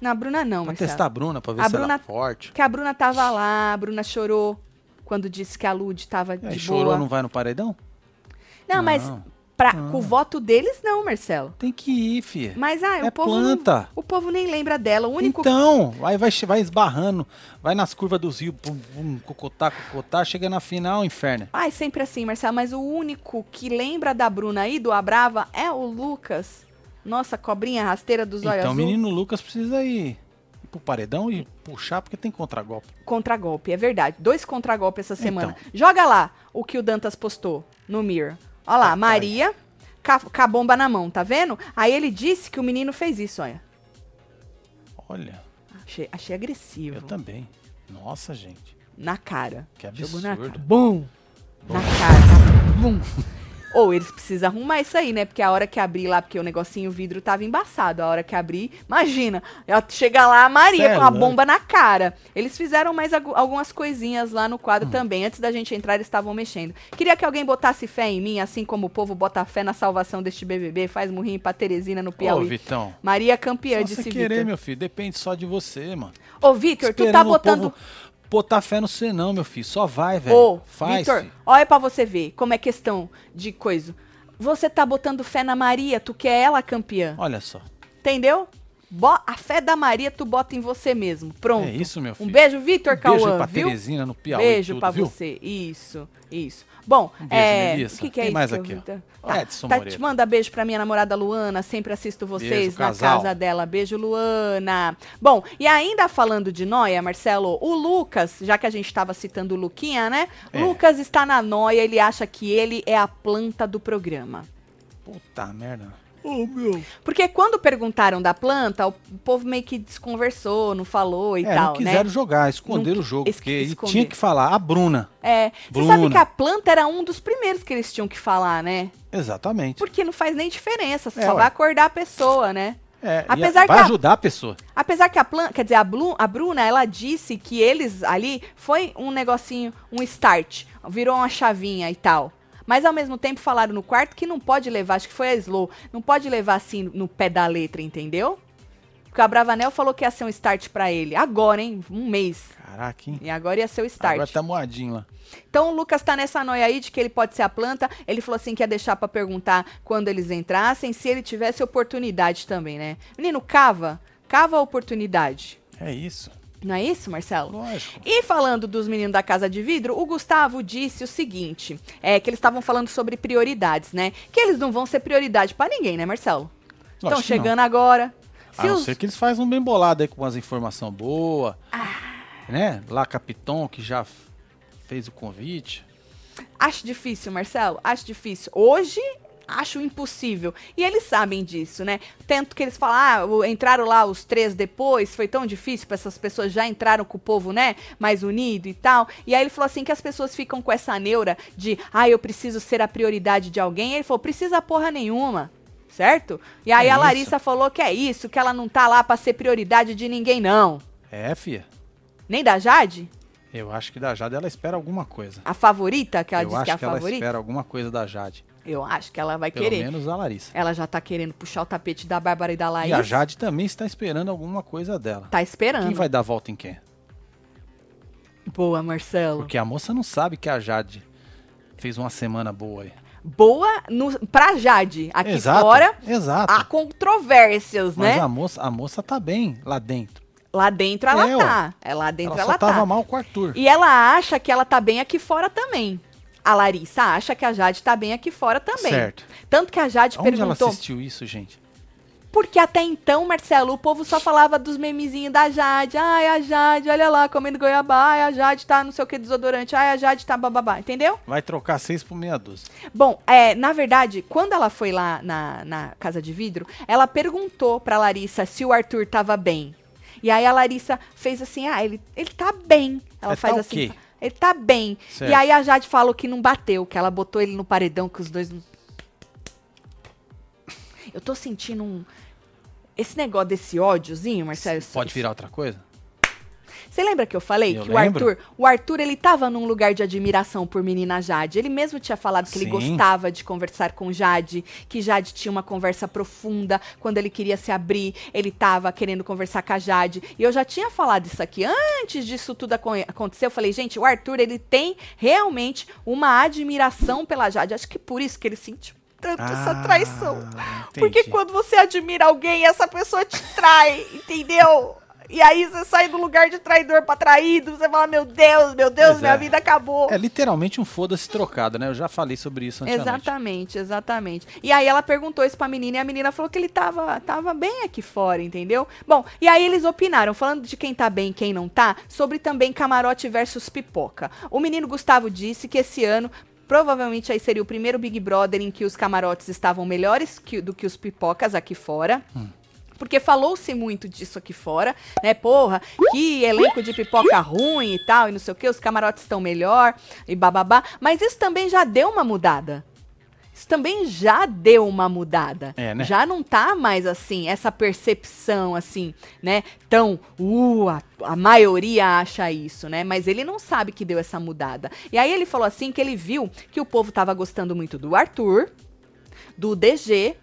Speaker 1: Na Bruna não,
Speaker 2: Pra
Speaker 1: Marcelo.
Speaker 2: testar a Bruna, pra ver
Speaker 1: A
Speaker 2: se ela
Speaker 1: Bruna-
Speaker 2: é forte.
Speaker 1: Porque a Bruna tava lá, a Bruna chorou quando disse que a Lud tava
Speaker 2: É, E aí,
Speaker 1: de
Speaker 2: chorou,
Speaker 1: boa.
Speaker 2: não
Speaker 1: Não,
Speaker 2: vai no Ah. paredão?
Speaker 1: mas
Speaker 2: Não.
Speaker 1: pra-
Speaker 2: Não.
Speaker 1: com o voto deles, não, Marcelo.
Speaker 2: Tem que ir, filha.
Speaker 1: Mas ah,
Speaker 2: é
Speaker 1: o povo. não-
Speaker 2: planta.
Speaker 1: o povo nem lembra dela. O único.
Speaker 2: Então, aí vai, vai esbarrando, vai nas curvas dos rios, pum, pum, cocotá, cocotá, chega na final, inferno.
Speaker 1: Ai, sempre assim, Marcelo, mas o único que lembra da Bruna e do Abrava é o Lucas. Nossa, cobrinha rasteira dos olhos
Speaker 2: Então, o
Speaker 1: azul.
Speaker 2: menino Lucas precisa ir pro paredão e puxar, porque tem contragolpe.
Speaker 1: Contragolpe, é verdade. Dois contragolpes essa
Speaker 2: Então.
Speaker 1: semana. Joga lá o que o Dantas postou no Mir. Olha lá,
Speaker 2: Papai.
Speaker 1: Maria ca- com a bomba na mão, tá vendo? Aí ele disse que o menino fez isso, olha.
Speaker 2: Olha,
Speaker 1: Achei, achei agressivo.
Speaker 2: eu também. Nossa, gente.
Speaker 1: Na cara.
Speaker 2: Que
Speaker 1: Jogou na cara.
Speaker 2: absurdo.
Speaker 1: Bum! Na cara. Bum! Ou eles precisam arrumar isso aí, né? Porque a hora que abrir lá, porque o negocinho o vidro tava embaçado. A hora que abrir, imagina. ela Chega lá a Maria
Speaker 2: Cê é
Speaker 1: com a
Speaker 2: louco.
Speaker 1: bomba na cara. Eles fizeram mais algu- algumas coisinhas lá no
Speaker 2: Hum.
Speaker 1: quadro também. Antes da gente entrar, eles estavam mexendo. Queria que alguém botasse fé em mim, assim como o povo bota fé na salvação deste BBB. Faz murrinho pra Teresina no
Speaker 2: Ô,
Speaker 1: Piauí.
Speaker 2: Vitão.
Speaker 1: Maria campeã,
Speaker 2: Se
Speaker 1: disse
Speaker 2: você querer,
Speaker 1: Vitor.
Speaker 2: meu filho, depende só de você, mano.
Speaker 1: Ô, Vitor, tu tá
Speaker 2: Esperando o
Speaker 1: botando...
Speaker 2: povo botar fé no você não, meu filho. Só vai, velho.
Speaker 1: Ô,
Speaker 2: Faz,
Speaker 1: Vitor,
Speaker 2: filho.
Speaker 1: olha pra você ver como é questão de coisa. Você tá botando fé na Maria, tu quer ela campeã.
Speaker 2: Olha só. é
Speaker 1: Entendeu? Bo- a fé da Maria tu bota em você mesmo. Pronto.
Speaker 2: É isso, meu filho.
Speaker 1: Um beijo, Vitor Cauã,
Speaker 2: Beijo aí pra
Speaker 1: viu?
Speaker 2: Teresina no Piauí.
Speaker 1: beijo
Speaker 2: tudo,
Speaker 1: pra
Speaker 2: viu?
Speaker 1: você. Isso, isso. Bom,
Speaker 2: Um beijo,
Speaker 1: é,
Speaker 2: Melissa.
Speaker 1: o que, que é
Speaker 2: Tem
Speaker 1: isso?
Speaker 2: mais
Speaker 1: que eu
Speaker 2: aqui,
Speaker 1: vi?
Speaker 2: ó.
Speaker 1: Tá,
Speaker 2: Edson
Speaker 1: tá,
Speaker 2: Moreira.
Speaker 1: te manda beijo pra minha namorada Luana, sempre assisto vocês
Speaker 2: Beijo,
Speaker 1: na
Speaker 2: casal.
Speaker 1: casa dela. Beijo, Luana. Bom, e ainda falando de noia, Marcelo, o Lucas, já que a gente tava citando o Luquinha, né?
Speaker 2: É.
Speaker 1: Lucas está na noia, ele acha que ele é a planta do programa.
Speaker 2: Puta merda. Ô, meu.
Speaker 1: Porque quando perguntaram da planta, o povo meio que desconversou, não falou e
Speaker 2: é,
Speaker 1: tal,
Speaker 2: não
Speaker 1: né?
Speaker 2: quiseram jogar, esconderam
Speaker 1: Não
Speaker 2: o jogo.
Speaker 1: es-
Speaker 2: Porque ele
Speaker 1: esconder.
Speaker 2: tinha que falar. A Bruna.
Speaker 1: É, você
Speaker 2: Bruna.
Speaker 1: sabe que a planta era um dos primeiros que eles tinham que falar, né?
Speaker 2: Exatamente.
Speaker 1: Porque não faz nem diferença, só
Speaker 2: É, ué.
Speaker 1: vai acordar a pessoa, né?
Speaker 2: É, e
Speaker 1: Apesar
Speaker 2: a- vai
Speaker 1: que a-
Speaker 2: ajudar a pessoa.
Speaker 1: Apesar que a planta, quer dizer, a, Blu, a Bruna, ela disse que eles ali foi um negocinho, um start, virou uma chavinha e tal. Mas ao mesmo tempo falaram no quarto que não pode levar, acho que foi a Slow, não pode levar assim no pé da letra, entendeu? Porque a Bravanel falou que ia ser um start pra ele. Agora, hein? Um mês.
Speaker 2: Caraca, hein?
Speaker 1: E agora ia ser o start.
Speaker 2: Agora tá moadinho lá.
Speaker 1: Então o Lucas tá nessa noia aí de que ele pode ser a planta. Ele falou assim que ia deixar pra perguntar quando eles entrassem, se ele tivesse oportunidade também, né? Menino, cava. Cava a oportunidade.
Speaker 2: É isso.
Speaker 1: Não é isso, Marcelo?
Speaker 2: Lógico.
Speaker 1: E falando dos meninos da Casa de Vidro, o Gustavo disse o seguinte, é que eles estavam falando sobre prioridades, né? Que eles não vão ser prioridade pra ninguém, né, Marcelo?
Speaker 2: Lógico que
Speaker 1: Estão
Speaker 2: não.
Speaker 1: chegando agora.
Speaker 2: A não ser que eles fazem um bem bolado aí com umas informações boas.
Speaker 1: Ah.
Speaker 2: Né? Lá Capiton, que já f- fez o convite.
Speaker 1: Acho difícil, Marcelo. Acho difícil. Hoje, acho impossível. E eles sabem disso, né? Tanto que eles falam, ah, o- entraram lá os três depois, foi tão difícil para essas pessoas já entraram com o povo, né? Mais unido e tal. E aí ele falou assim que as pessoas ficam com essa neura de, ah, eu preciso ser a prioridade de alguém. ele falou, precisa porra nenhuma. Certo? E aí
Speaker 2: É
Speaker 1: a
Speaker 2: isso.
Speaker 1: Larissa falou que é isso, que ela não tá lá pra ser prioridade de ninguém, não.
Speaker 2: É, fia.
Speaker 1: Nem da Jade?
Speaker 2: Eu acho que da Jade ela espera alguma coisa.
Speaker 1: A favorita, que ela
Speaker 2: eu
Speaker 1: diz
Speaker 2: acho
Speaker 1: que é a
Speaker 2: ela
Speaker 1: favorita?
Speaker 2: espera alguma coisa da Jade.
Speaker 1: Eu acho que ela vai
Speaker 2: Pelo
Speaker 1: querer.
Speaker 2: menos a Larissa.
Speaker 1: Ela já tá querendo puxar o tapete da Bárbara e da Laís.
Speaker 2: e a Jade também está esperando alguma coisa dela.
Speaker 1: Tá
Speaker 2: Quem
Speaker 1: esperando.
Speaker 2: vai dar volta em quem?
Speaker 1: Boa, Marcelo.
Speaker 2: Porque a moça não sabe que a Jade fez uma semana boa aí.
Speaker 1: Boa no, pra Jade. Aqui
Speaker 2: exato,
Speaker 1: fora,
Speaker 2: Exato.
Speaker 1: há controvérsias,
Speaker 2: Mas
Speaker 1: né?
Speaker 2: a moça, a moça tá bem lá dentro.
Speaker 1: Lá dentro ela
Speaker 2: É,
Speaker 1: tá. É, lá dentro
Speaker 2: ela
Speaker 1: ela,
Speaker 2: só tava
Speaker 1: tá.
Speaker 2: mal com o Arthur.
Speaker 1: E ela acha que ela tá bem aqui fora também. A Larissa acha que a Jade tá bem aqui fora também.
Speaker 2: Certo.
Speaker 1: Tanto que a Jade
Speaker 2: Onde ela
Speaker 1: perguntou.
Speaker 2: assistiu isso, gente?
Speaker 1: Porque até então, Marcelo, o povo só falava dos memezinhos da Jade. Ai, a Jade, olha lá, comendo goiabá. Ai, a Jade tá não sei o que desodorante. Ai, a Jade tá bababá. Entendeu?
Speaker 2: Vai trocar seis por meia dúzia.
Speaker 1: Bom, é, na verdade, quando ela foi lá na, na Casa de Vidro, ela perguntou pra Larissa se o Arthur tava bem. E aí a Larissa fez assim: ah, ele, ele tá bem. Ela
Speaker 2: Ele tá
Speaker 1: faz
Speaker 2: o
Speaker 1: assim:
Speaker 2: quê?
Speaker 1: ele tá bem.
Speaker 2: Certo.
Speaker 1: E aí a Jade falou que não bateu, que ela botou ele no paredão, que os dois não. Eu tô sentindo um. Esse negócio desse ódiozinho, Marcelo. isso-
Speaker 2: Pode virar outra coisa?
Speaker 1: você lembra que eu falei
Speaker 2: Eu
Speaker 1: que
Speaker 2: lembro.
Speaker 1: o Arthur, o Arthur, ele tava num lugar de admiração por menina Jade. Ele mesmo tinha falado que ele
Speaker 2: Sim.
Speaker 1: gostava de conversar com Jade, que Jade tinha uma conversa profunda, quando ele queria se abrir, ele tava querendo conversar com a Jade. E eu já tinha falado isso aqui antes disso tudo acon- acontecer. Eu falei, gente, o Arthur, ele tem realmente uma admiração pela Jade. Acho que por isso que ele sentiu tanto essa traição. Porque
Speaker 2: Ah, entendi.
Speaker 1: quando você admira alguém, essa pessoa te trai, [laughs] entendeu? E aí você sai do lugar de traidor pra traído, você fala, meu Deus, meu Deus,
Speaker 2: Pois
Speaker 1: minha
Speaker 2: é.
Speaker 1: vida acabou.
Speaker 2: É literalmente um foda-se trocado, né? Eu já falei sobre isso antes.
Speaker 1: Exatamente, exatamente. E aí ela perguntou isso pra menina e a menina falou que ele tava, tava bem aqui fora, entendeu? Bom, e aí eles opinaram, falando de quem tá bem e quem não tá, sobre também camarote versus pipoca. O menino Gustavo disse que esse ano. Provavelmente aí seria o primeiro Big Brother em que os camarotes estavam melhores que- do que os pipocas aqui fora. Porque falou-se muito disso aqui fora, né? Porra, que elenco de pipoca ruim e tal, e não sei o que, os camarotes estão melhor e bababá. Mas isso também já deu uma mudada. Isso também já deu uma mudada.
Speaker 2: É, né?
Speaker 1: Já não tá mais assim, essa percepção assim, né? Tão, uh, a, a maioria acha isso, né? Mas ele não sabe que deu essa mudada. E aí ele falou assim que ele viu que o povo tava gostando muito do Arthur, do DG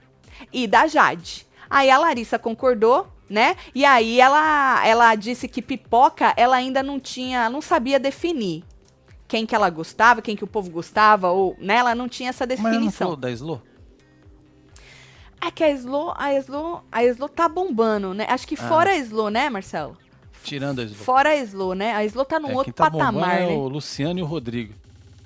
Speaker 1: e da Jade. Aí a Larissa concordou, né? E aí ela, ela disse que pipoca ela ainda não tinha, não sabia definir quem que ela gostava, quem que o povo gostava, ou né? Ela não tinha essa
Speaker 2: Mas ela não
Speaker 1: definição.
Speaker 2: falou da Slo?
Speaker 1: É que a Slo, a Slo, a Slo tá bombando, né? Acho que
Speaker 2: Ah.
Speaker 1: fora a Slo, né, Marcelo?
Speaker 2: Tirando a Slo.
Speaker 1: Fora a Slo, né? A Slo tá num
Speaker 2: É,
Speaker 1: outro
Speaker 2: quem tá
Speaker 1: patamar,
Speaker 2: bombando
Speaker 1: né?
Speaker 2: é o Luciano e o Rodrigo.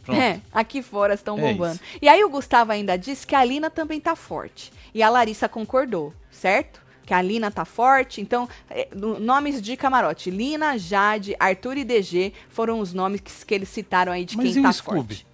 Speaker 2: Pronto.
Speaker 1: É, aqui fora estão
Speaker 2: É
Speaker 1: bombando.
Speaker 2: isso.
Speaker 1: e aí o Gustavo ainda disse que a Lina também tá forte. E a Larissa concordou, certo? Que a Lina tá forte, então, é, no- nomes de camarote. Lina, Jade, Arthur e DG foram os nomes que, que eles citaram aí de
Speaker 2: Mas
Speaker 1: quem
Speaker 2: e
Speaker 1: tá
Speaker 2: o Scooby?
Speaker 1: forte.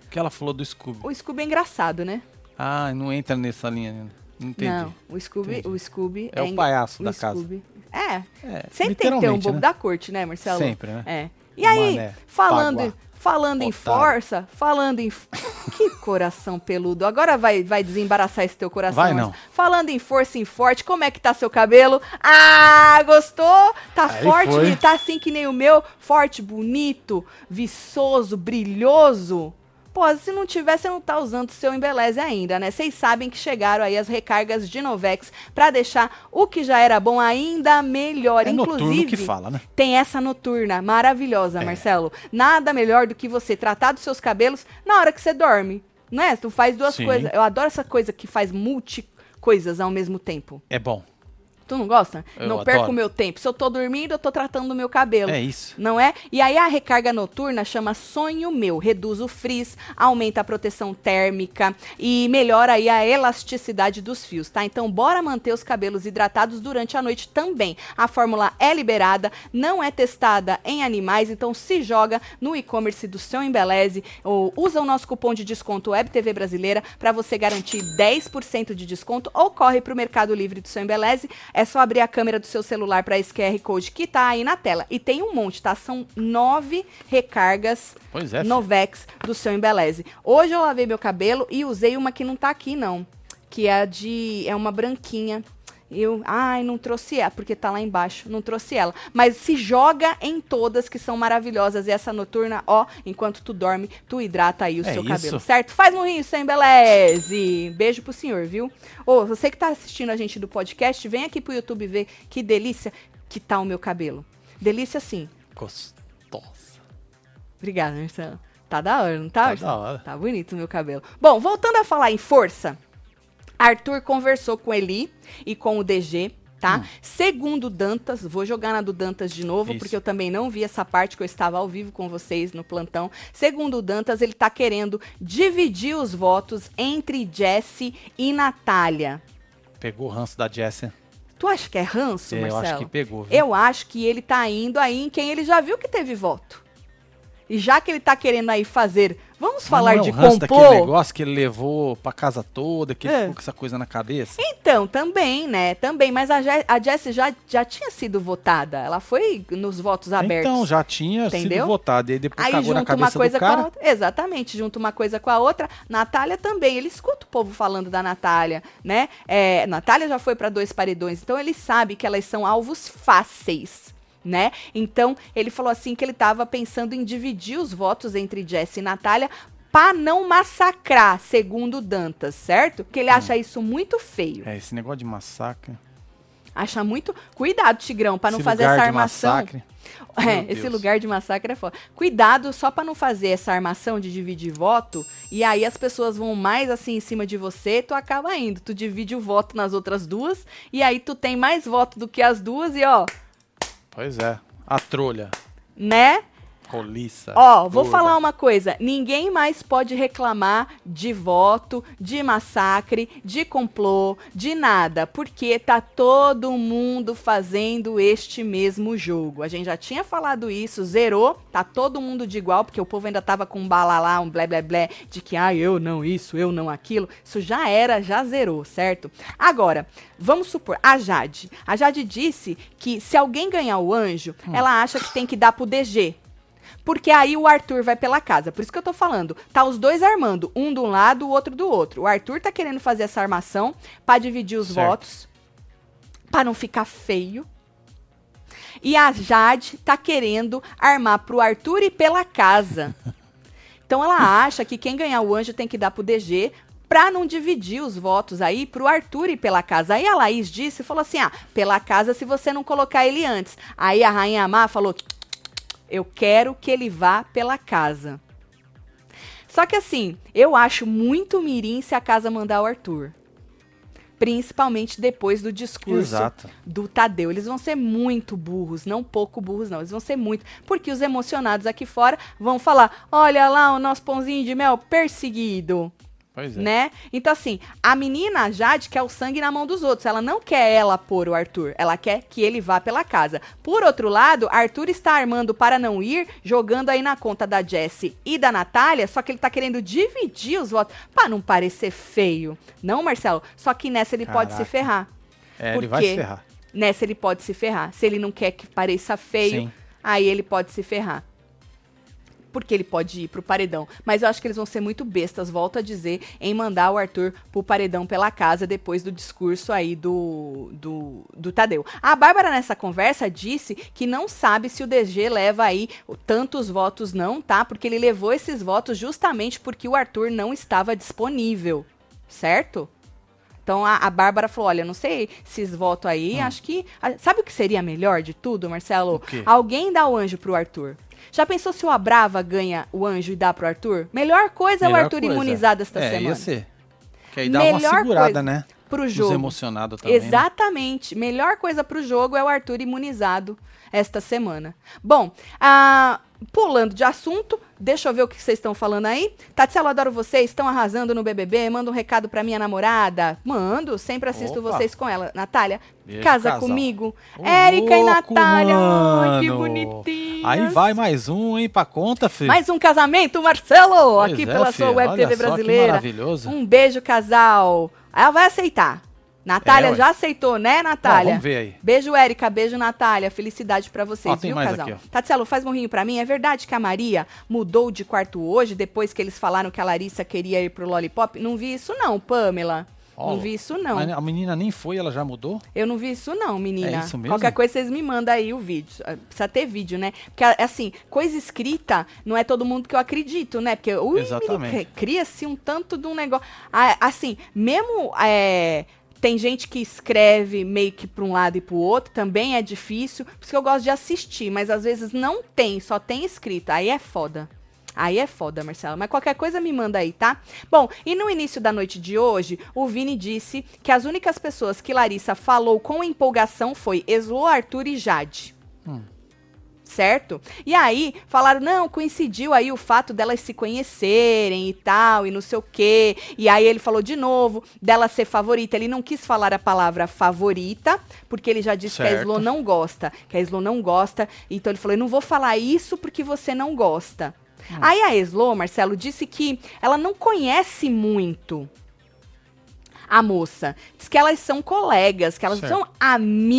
Speaker 2: Porque ela falou do Scooby.
Speaker 1: O Scooby é engraçado, né?
Speaker 2: Ah, não entra nessa linha ainda. Não entendi.
Speaker 1: Não, o Scooby,
Speaker 2: Entendi.
Speaker 1: o Scooby
Speaker 2: É o
Speaker 1: engra-
Speaker 2: palhaço
Speaker 1: o
Speaker 2: da casa.
Speaker 1: Scooby- É,
Speaker 2: É,
Speaker 1: sempre tem que ter um
Speaker 2: literalmente,
Speaker 1: bobo
Speaker 2: né?
Speaker 1: da corte, né, Marcelo?
Speaker 2: Sempre, né?
Speaker 1: É. E aí,
Speaker 2: Mané,
Speaker 1: falando,
Speaker 2: Paguá,
Speaker 1: falando em
Speaker 2: otário.
Speaker 1: força, falando em. [laughs] que coração peludo. Agora vai, vai desembaraçar esse teu coração.
Speaker 2: Vai
Speaker 1: mas
Speaker 2: não.
Speaker 1: Falando em força e em forte, como é que tá seu cabelo? Ah, gostou? Tá
Speaker 2: Aí
Speaker 1: forte?
Speaker 2: foi.
Speaker 1: E tá assim que nem o meu? Forte, bonito, viçoso, brilhoso? Pô, se não tiver, você não tá usando o seu embeleze ainda, né? Vocês sabem que chegaram aí as recargas de Novex pra deixar o que já era bom ainda melhor.
Speaker 2: É noturno
Speaker 1: Inclusive,
Speaker 2: que fala, né?
Speaker 1: tem essa noturna maravilhosa,
Speaker 2: É.
Speaker 1: Marcelo. Nada melhor do que você tratar dos seus cabelos na hora que você dorme. Não é? Tu faz duas
Speaker 2: Sim.
Speaker 1: coisas. Eu adoro essa coisa que faz multi coisas ao mesmo tempo.
Speaker 2: É bom.
Speaker 1: Tu não gosta?
Speaker 2: Eu
Speaker 1: não
Speaker 2: adoro.
Speaker 1: perco o meu tempo. Se eu tô dormindo, eu tô tratando do meu cabelo.
Speaker 2: É isso.
Speaker 1: Não é? E aí a recarga noturna chama Sonho Meu, reduz o frizz, aumenta a proteção térmica e melhora aí a elasticidade dos fios, tá? Então bora manter os cabelos hidratados durante a noite também. A fórmula é liberada, não é testada em animais, então se joga no e-commerce do seu Embeleze ou usa o nosso cupom de desconto WebTV Brasileira para você garantir 10% de desconto ou corre para o Mercado Livre do seu Embeleze. É só abrir a câmera do seu celular para esse QR Code que tá aí na tela. E tem um monte, tá? São nove recargas
Speaker 2: Pois é. filho.
Speaker 1: Novex do seu Embeleze. Hoje eu lavei meu cabelo e usei uma que não tá aqui, não. Que é a de. É uma branquinha. Eu, ai, não trouxe ela, porque tá lá embaixo, não trouxe ela. Mas se joga em todas que são maravilhosas. E essa noturna, ó, enquanto tu dorme, tu hidrata aí o
Speaker 2: É
Speaker 1: seu
Speaker 2: isso.
Speaker 1: cabelo, certo? Faz um rinho sem beleze. Beijo pro senhor, viu? Ô, você que tá assistindo a gente do podcast, vem aqui pro YouTube ver que delícia que tá o meu cabelo. Delícia sim.
Speaker 2: Gostosa.
Speaker 1: Obrigada, Marcelo. Tá da hora, não tá?
Speaker 2: Tá
Speaker 1: Marcelo?
Speaker 2: da hora.
Speaker 1: Tá bonito o meu cabelo. Bom, voltando a falar em força, Arthur conversou com Eli e com o DG, tá? Segundo Dantas, vou jogar na do Dantas de novo,
Speaker 2: Hum. Isso.
Speaker 1: porque eu também não vi essa parte que eu estava ao vivo com vocês no plantão. Segundo o Dantas, ele tá querendo dividir os votos entre Jesse e Natália.
Speaker 2: Pegou o ranço da Jessie.
Speaker 1: Tu acha que é ranço,
Speaker 2: É, eu
Speaker 1: Marcelo?
Speaker 2: acho que pegou. viu?
Speaker 1: Eu acho que ele tá indo aí em quem ele já viu que teve voto. E já que ele tá querendo aí fazer, vamos
Speaker 2: Mas
Speaker 1: falar
Speaker 2: não é
Speaker 1: de
Speaker 2: o ranço daquele
Speaker 1: compor.
Speaker 2: negócio que ele levou pra casa toda, que ele
Speaker 1: É.
Speaker 2: ficou com essa coisa na cabeça.
Speaker 1: Então, também, né? Também, mas a, Je a Jessie já, já tinha sido votada. Ela foi nos votos abertos.
Speaker 2: Então, já tinha
Speaker 1: Entendeu?
Speaker 2: sido votado. E aí depois
Speaker 1: Aí
Speaker 2: cagou na
Speaker 1: junta uma
Speaker 2: cabeça
Speaker 1: coisa
Speaker 2: do
Speaker 1: com a
Speaker 2: cara.
Speaker 1: outra. Exatamente, junta uma coisa com a outra. Natália também, ele escuta o povo falando da Natália, né? É, Natália já foi para dois paredões, então ele sabe que elas são alvos fáceis. Né? Então, ele falou assim que ele estava pensando em dividir os votos entre Jess e Natália para não massacrar, segundo o Dantas, certo? Que ele acha isso muito feio.
Speaker 2: Ah. É, esse negócio de massacre.
Speaker 1: Acha muito. Cuidado, Tigrão, para não
Speaker 2: Esse
Speaker 1: fazer
Speaker 2: lugar
Speaker 1: essa
Speaker 2: de
Speaker 1: armação.
Speaker 2: massacre.
Speaker 1: É,
Speaker 2: Meu
Speaker 1: esse
Speaker 2: Deus.
Speaker 1: lugar de massacre é foda. Cuidado só pra não fazer essa armação de dividir voto, e aí as pessoas vão mais assim em cima de você, tu acaba indo. Tu divide o voto nas outras duas, e aí tu tem mais voto do que as duas, e ó,
Speaker 2: Pois é. A trolha.
Speaker 1: né?
Speaker 2: Roliça.
Speaker 1: Ó, vou
Speaker 2: gorda.
Speaker 1: falar uma coisa: ninguém mais pode reclamar de voto, de massacre, de complô, de nada, porque tá todo mundo fazendo este mesmo jogo. A gente já tinha falado isso, zerou, tá todo mundo de igual, porque o povo ainda tava com um balalá, um blé blé blé, de que ah, eu não isso, eu não aquilo. Isso já era, já zerou, certo? Agora, vamos supor, a Jade. A Jade disse que se alguém ganhar o anjo, ela acha que tem que dar pro DG. Porque aí o Arthur vai pela casa. Por isso que eu tô falando. Tá os dois armando. Um de um lado, o outro do outro. O Arthur tá querendo fazer essa armação pra dividir os
Speaker 2: Certo.
Speaker 1: votos. Pra não ficar feio. E a Jade tá querendo armar pro Arthur e pela casa. Então ela acha que quem ganhar o anjo tem que dar pro DG pra não dividir os votos aí pro Arthur e pela casa. Aí a Laís disse, falou assim, ah, pela casa se você não colocar ele antes. Aí a Rainha Amar falou, eu quero que ele vá pela casa. Só que assim, eu acho muito mirim se a casa mandar o Arthur. Principalmente depois do discurso
Speaker 2: Exato.
Speaker 1: do Tadeu. Eles vão ser muito burros, não pouco burros, não. Eles vão ser muito. Porque os emocionados aqui fora vão falar: olha lá o nosso pãozinho de mel perseguido,
Speaker 2: Pois é.
Speaker 1: né? Então, assim, a menina a Jade quer o sangue na mão dos outros. Ela não quer ela pôr o Arthur. Ela quer que ele vá pela casa. Por outro lado, Arthur está armando para não ir, jogando aí na conta da Jessie e da Natália, só que ele tá querendo dividir os votos para não parecer feio. Não, Marcelo? Só que nessa ele pode se
Speaker 2: Caraca.
Speaker 1: ferrar.
Speaker 2: É,
Speaker 1: Por
Speaker 2: ele vai
Speaker 1: quê?
Speaker 2: se ferrar.
Speaker 1: Nessa ele pode né, se ferrar. Se ele não quer que pareça feio,
Speaker 2: Sim.
Speaker 1: aí ele pode se ferrar. Porque ele pode ir pro paredão. Mas eu acho que eles vão ser muito bestas, volto a dizer, em mandar o Arthur pro paredão pela casa depois do discurso aí do, do, do Tadeu. A Bárbara, nessa conversa, disse que não sabe se o DG leva aí tantos votos, não, tá? Porque ele levou esses votos justamente porque o Arthur não estava disponível, certo? Então a, a Bárbara falou: olha, não sei esses votos aí, acho que. a- sabe o que seria melhor de tudo, Marcelo?
Speaker 2: Ah. O quê?
Speaker 1: Alguém dá o anjo pro Arthur. Já pensou se o Abrava ganha o anjo e dá pro Arthur? Melhor coisa é o
Speaker 2: Melhor
Speaker 1: Arthur
Speaker 2: coisa.
Speaker 1: imunizado esta
Speaker 2: é,
Speaker 1: semana.
Speaker 2: ia ser. Que aí dá uma
Speaker 1: Melhor
Speaker 2: segurada,
Speaker 1: coisa.
Speaker 2: né?
Speaker 1: Pro
Speaker 2: Os
Speaker 1: jogo.
Speaker 2: emocionados também. né?
Speaker 1: Exatamente. Melhor coisa pro jogo é o Arthur imunizado esta semana. Bom, ah, pulando de assunto, deixa eu ver o que vocês estão falando aí. Tatiana, eu adoro vocês, estão arrasando no BBB, manda um recado pra minha namorada. Mando, sempre assisto
Speaker 2: Opa.
Speaker 1: vocês com ela. Natália,
Speaker 2: Beijo,
Speaker 1: casa
Speaker 2: casal.
Speaker 1: comigo.
Speaker 2: Ô,
Speaker 1: Érica e
Speaker 2: louco,
Speaker 1: Natália, ai, que
Speaker 2: mano.
Speaker 1: bonitinho.
Speaker 2: Aí vai mais um, hein, pra conta, filho.
Speaker 1: Mais um casamento, Marcelo,
Speaker 2: Pois
Speaker 1: aqui
Speaker 2: é,
Speaker 1: pela sua
Speaker 2: filho,
Speaker 1: Web
Speaker 2: olha
Speaker 1: TV
Speaker 2: só que
Speaker 1: brasileira.
Speaker 2: maravilhoso.
Speaker 1: Um beijo, casal. Ela vai aceitar. Natália
Speaker 2: É, ué.
Speaker 1: já aceitou, né,
Speaker 2: Ó,
Speaker 1: Natália?
Speaker 2: vamos ver aí.
Speaker 1: Beijo, Érica. Beijo, Natália. Felicidade pra vocês,
Speaker 2: Ó, tem
Speaker 1: viu,
Speaker 2: mais
Speaker 1: casal?
Speaker 2: aqui,
Speaker 1: Tatielo, faz morrinho pra mim. É verdade que a Maria mudou de quarto hoje, depois que eles falaram que a Larissa queria ir pro Lollipop? Não vi isso não, Pamela. não vi isso, não.
Speaker 2: Mas a menina nem foi, ela já mudou?
Speaker 1: Eu não vi isso, não, menina.
Speaker 2: É isso mesmo?
Speaker 1: Qualquer coisa, vocês me mandam aí o vídeo. Ah, Precisa ter vídeo, né? Porque, assim, coisa escrita, não é todo mundo que eu acredito, né? Porque, ui,
Speaker 2: Exatamente.
Speaker 1: menina, cria-se um tanto de um negócio. Ah, assim, mesmo. é, tem gente que escreve meio que para um lado e para o outro, também é difícil. Por isso que eu gosto de assistir, mas às vezes não tem, só tem escrita. Aí é foda. Aí é foda, Marcela. Mas qualquer coisa me manda aí, tá? Bom, e no início da noite de hoje, o Vini disse que as únicas pessoas que Larissa falou com empolgação foi Eslo, Arthur e Jade.
Speaker 2: Hum.
Speaker 1: Certo? E aí falaram, não, coincidiu aí o fato delas se conhecerem e tal, e não sei o quê. E aí ele falou de novo dela ser favorita. Ele não quis falar a palavra favorita, porque ele já disse que a
Speaker 2: Certo.
Speaker 1: Eslo não gosta. Que a Eslo não gosta. Então ele falou, eu não vou falar isso porque você não gosta. Aí a Eslo, Marcelo, disse que ela não conhece muito a moça. Diz que elas são colegas, que elas
Speaker 2: Certo.
Speaker 1: são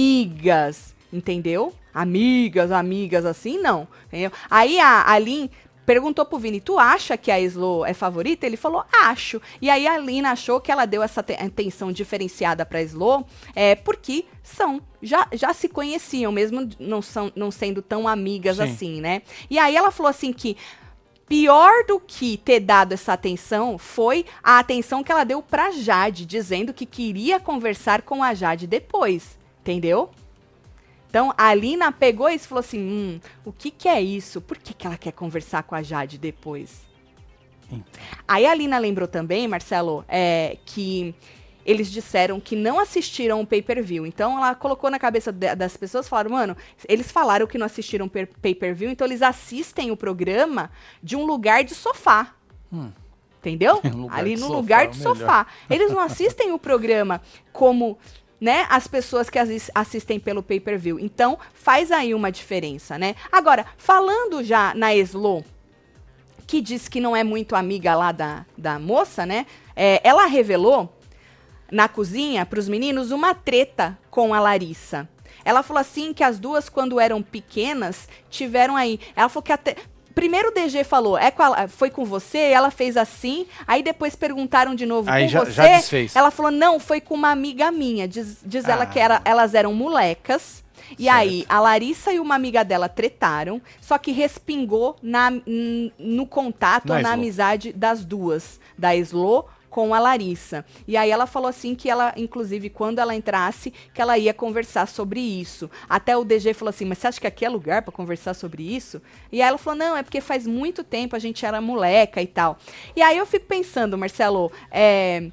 Speaker 1: amigas, entendeu? Amigas, amigas, assim, não. entendeu? Aí a Aline perguntou pro Vini, tu acha que a Eslo é favorita? Ele falou, acho. E aí a Aline achou que ela deu essa te- atenção diferenciada pra Eslo, é, porque são, já, já se conheciam, mesmo não, são, não sendo tão amigas
Speaker 2: Sim.
Speaker 1: assim, né? E aí ela falou assim que Pior do que ter dado essa atenção foi a atenção que ela deu pra Jade, dizendo que queria conversar com a Jade depois, entendeu? Então a Alina pegou isso e falou assim: hum, o que que é isso? Por que, que ela quer conversar com a Jade depois?
Speaker 2: Então,
Speaker 1: Aí a Lina lembrou também, Marcelo, é, que eles disseram que não assistiram o pay-per-view. Então ela colocou na cabeça de- das pessoas, falaram, mano, eles falaram que não assistiram per- pay-per-view, então eles assistem o programa de um lugar de sofá.
Speaker 2: Hum.
Speaker 1: Entendeu?
Speaker 2: [laughs] Um lugar
Speaker 1: Ali
Speaker 2: de
Speaker 1: no
Speaker 2: sofá,
Speaker 1: lugar de
Speaker 2: melhor.
Speaker 1: sofá. Eles não assistem o programa como né, as pessoas que assis- assistem pelo pay-per-view. Então, faz aí uma diferença, né? Agora, falando já na Eslo, que diz que não é muito amiga lá da, da moça, né? É, ela revelou na cozinha para os meninos uma treta com a Larissa. Ela falou assim que as duas, quando eram pequenas, tiveram aí. Ela falou que até. Primeiro o DG falou, é com a- foi com você, ela fez assim, aí depois perguntaram de novo
Speaker 2: Aí
Speaker 1: com
Speaker 2: já-
Speaker 1: você.
Speaker 2: já desfez.
Speaker 1: Ela falou, não, foi com uma amiga minha. Diz, diz ela
Speaker 2: Ah.
Speaker 1: que era, elas eram molecas. E
Speaker 2: Certo.
Speaker 1: aí, a Larissa e uma amiga dela tretaram, só que respingou na, n- no contato,
Speaker 2: Na
Speaker 1: ou na
Speaker 2: Slo.
Speaker 1: amizade das duas, da Slo com a Larissa. E aí ela falou assim que ela, inclusive, quando ela entrasse, que ela ia conversar sobre isso. Até o DG falou assim, mas você acha que aqui é lugar pra conversar sobre isso? E aí ela falou, não, é porque faz muito tempo a gente era moleca e tal. E aí eu fico pensando, Marcelo, é,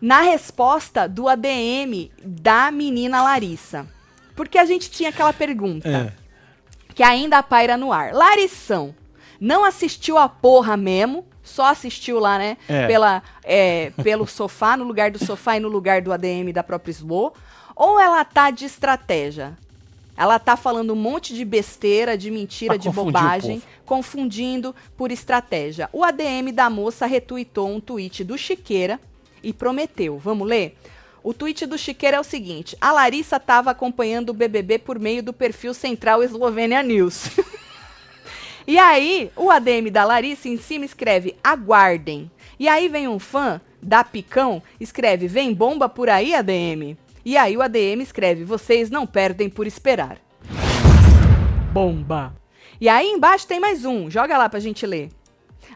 Speaker 1: na resposta do ADM da menina Larissa. Porque a gente tinha aquela pergunta
Speaker 2: é.
Speaker 1: que ainda paira no ar. Larissão, não assistiu a porra mesmo, só assistiu lá, né?
Speaker 2: É.
Speaker 1: Pela, é, pelo sofá, no lugar do sofá e no lugar do ADM da própria Slow. Ou ela tá de estratégia? Ela tá falando um monte de besteira, de mentira,
Speaker 2: Pra
Speaker 1: de
Speaker 2: confundir o
Speaker 1: bobagem,
Speaker 2: povo.
Speaker 1: confundindo por estratégia. O ADM da moça retuitou um tweet do Chiqueira e prometeu. Vamos ler? O tweet do Chiqueira é o seguinte: a Larissa estava acompanhando o BBB por meio do perfil central Eslovênia News. E aí, o ADM da Larissa em cima escreve aguardem. E aí vem um fã da Picão, escreve vem bomba por aí, ADM. E aí o ADM escreve vocês não perdem por esperar. Bomba. E aí embaixo tem mais um, joga lá pra gente ler.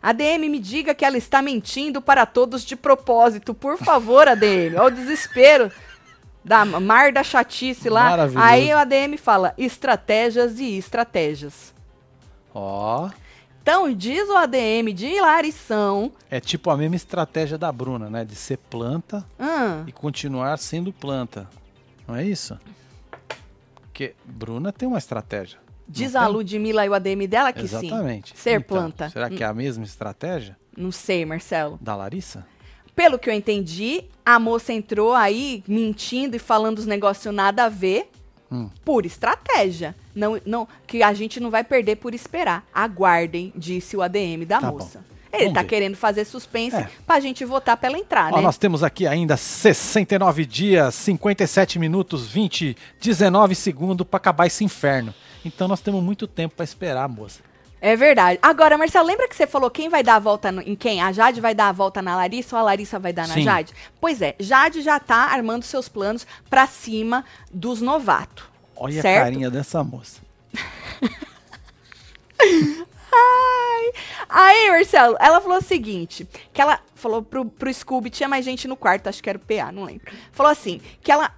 Speaker 1: ADM me diga que ela está mentindo para todos de propósito, por favor, ADM. Olha o desespero da mar da chatice lá.
Speaker 2: Maravilhoso.
Speaker 1: Aí o ADM fala estratégias e estratégias.
Speaker 2: Ó.
Speaker 1: Então, diz o ADM de Larição.
Speaker 2: É tipo a mesma estratégia da Bruna, né? De ser planta
Speaker 1: Ahn,
Speaker 2: e continuar sendo planta. Não é isso? Porque Bruna tem uma estratégia.
Speaker 1: diz
Speaker 2: Não
Speaker 1: a
Speaker 2: tem?
Speaker 1: Ludmilla e o ADM dela É que sim.
Speaker 2: Exatamente.
Speaker 1: Ser
Speaker 2: Então,
Speaker 1: planta. Hum.
Speaker 2: Será que é a mesma estratégia
Speaker 1: Não sei, Marcelo.
Speaker 2: da Larissa?
Speaker 1: Pelo que eu entendi, a moça entrou aí mentindo e falando os negócios nada a ver.
Speaker 2: Hum.
Speaker 1: Por estratégia. Não, não, que a gente não vai perder por esperar. Aguardem, disse o ADM da
Speaker 2: Tá bom.
Speaker 1: moça. Ele
Speaker 2: Vamos
Speaker 1: tá
Speaker 2: ver.
Speaker 1: querendo fazer suspense
Speaker 2: É.
Speaker 1: pra gente votar pra ela entrar,
Speaker 2: Ó,
Speaker 1: né?
Speaker 2: nós temos aqui ainda 69 dias, 57 minutos, 20, 19 segundos pra acabar esse inferno. Então nós temos muito tempo pra esperar, moça.
Speaker 1: É verdade. Agora, Marcelo, lembra que você falou quem vai dar a volta no- em quem? A Jade vai dar a volta na Larissa ou a Larissa vai dar na
Speaker 2: Sim.
Speaker 1: Jade? Pois é, Jade já tá armando seus planos pra cima dos novatos.
Speaker 2: Olha
Speaker 1: Certo.
Speaker 2: a carinha dessa moça.
Speaker 1: Aí, Marcelo, ela falou o seguinte: que ela falou pro, pro Scooby, tinha mais gente no quarto, acho que era o PA, não lembro. Falou assim: que ela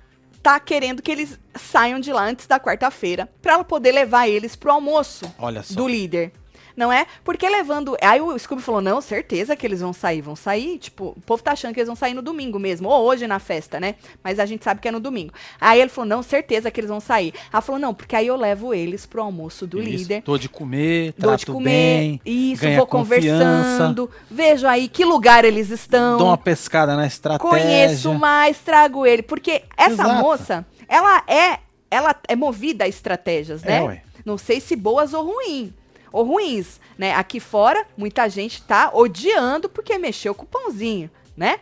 Speaker 1: tá querendo que eles saiam de lá antes da quarta-feira pra ela poder levar eles pro almoço
Speaker 2: Olha só.
Speaker 1: do líder. Não é? Porque levando. Aí o Scooby falou: não, certeza que eles vão sair, vão sair. Tipo, o povo tá achando que eles vão sair no domingo mesmo, ou hoje na festa, né? Mas a gente sabe que é no domingo. Aí ele falou: não, certeza que eles vão sair. Ela falou: não, porque aí eu levo eles pro almoço do
Speaker 2: Isso,
Speaker 1: líder
Speaker 2: Dou de comer,
Speaker 1: dou
Speaker 2: trato
Speaker 1: de comer,
Speaker 2: bem,
Speaker 1: isso,
Speaker 2: ganha
Speaker 1: vou
Speaker 2: confiança,
Speaker 1: conversando, vejo aí que lugar eles estão,
Speaker 2: dou uma pescada na estratégia.
Speaker 1: conheço mais, trago ele, porque essa
Speaker 2: Exato.
Speaker 1: moça, ela é, ela é movida a estratégias,
Speaker 2: É,
Speaker 1: né?
Speaker 2: ué.
Speaker 1: Não sei se boas ou ruins. Ou ruins, né? Aqui fora, muita gente tá odiando porque mexeu com o pãozinho, né?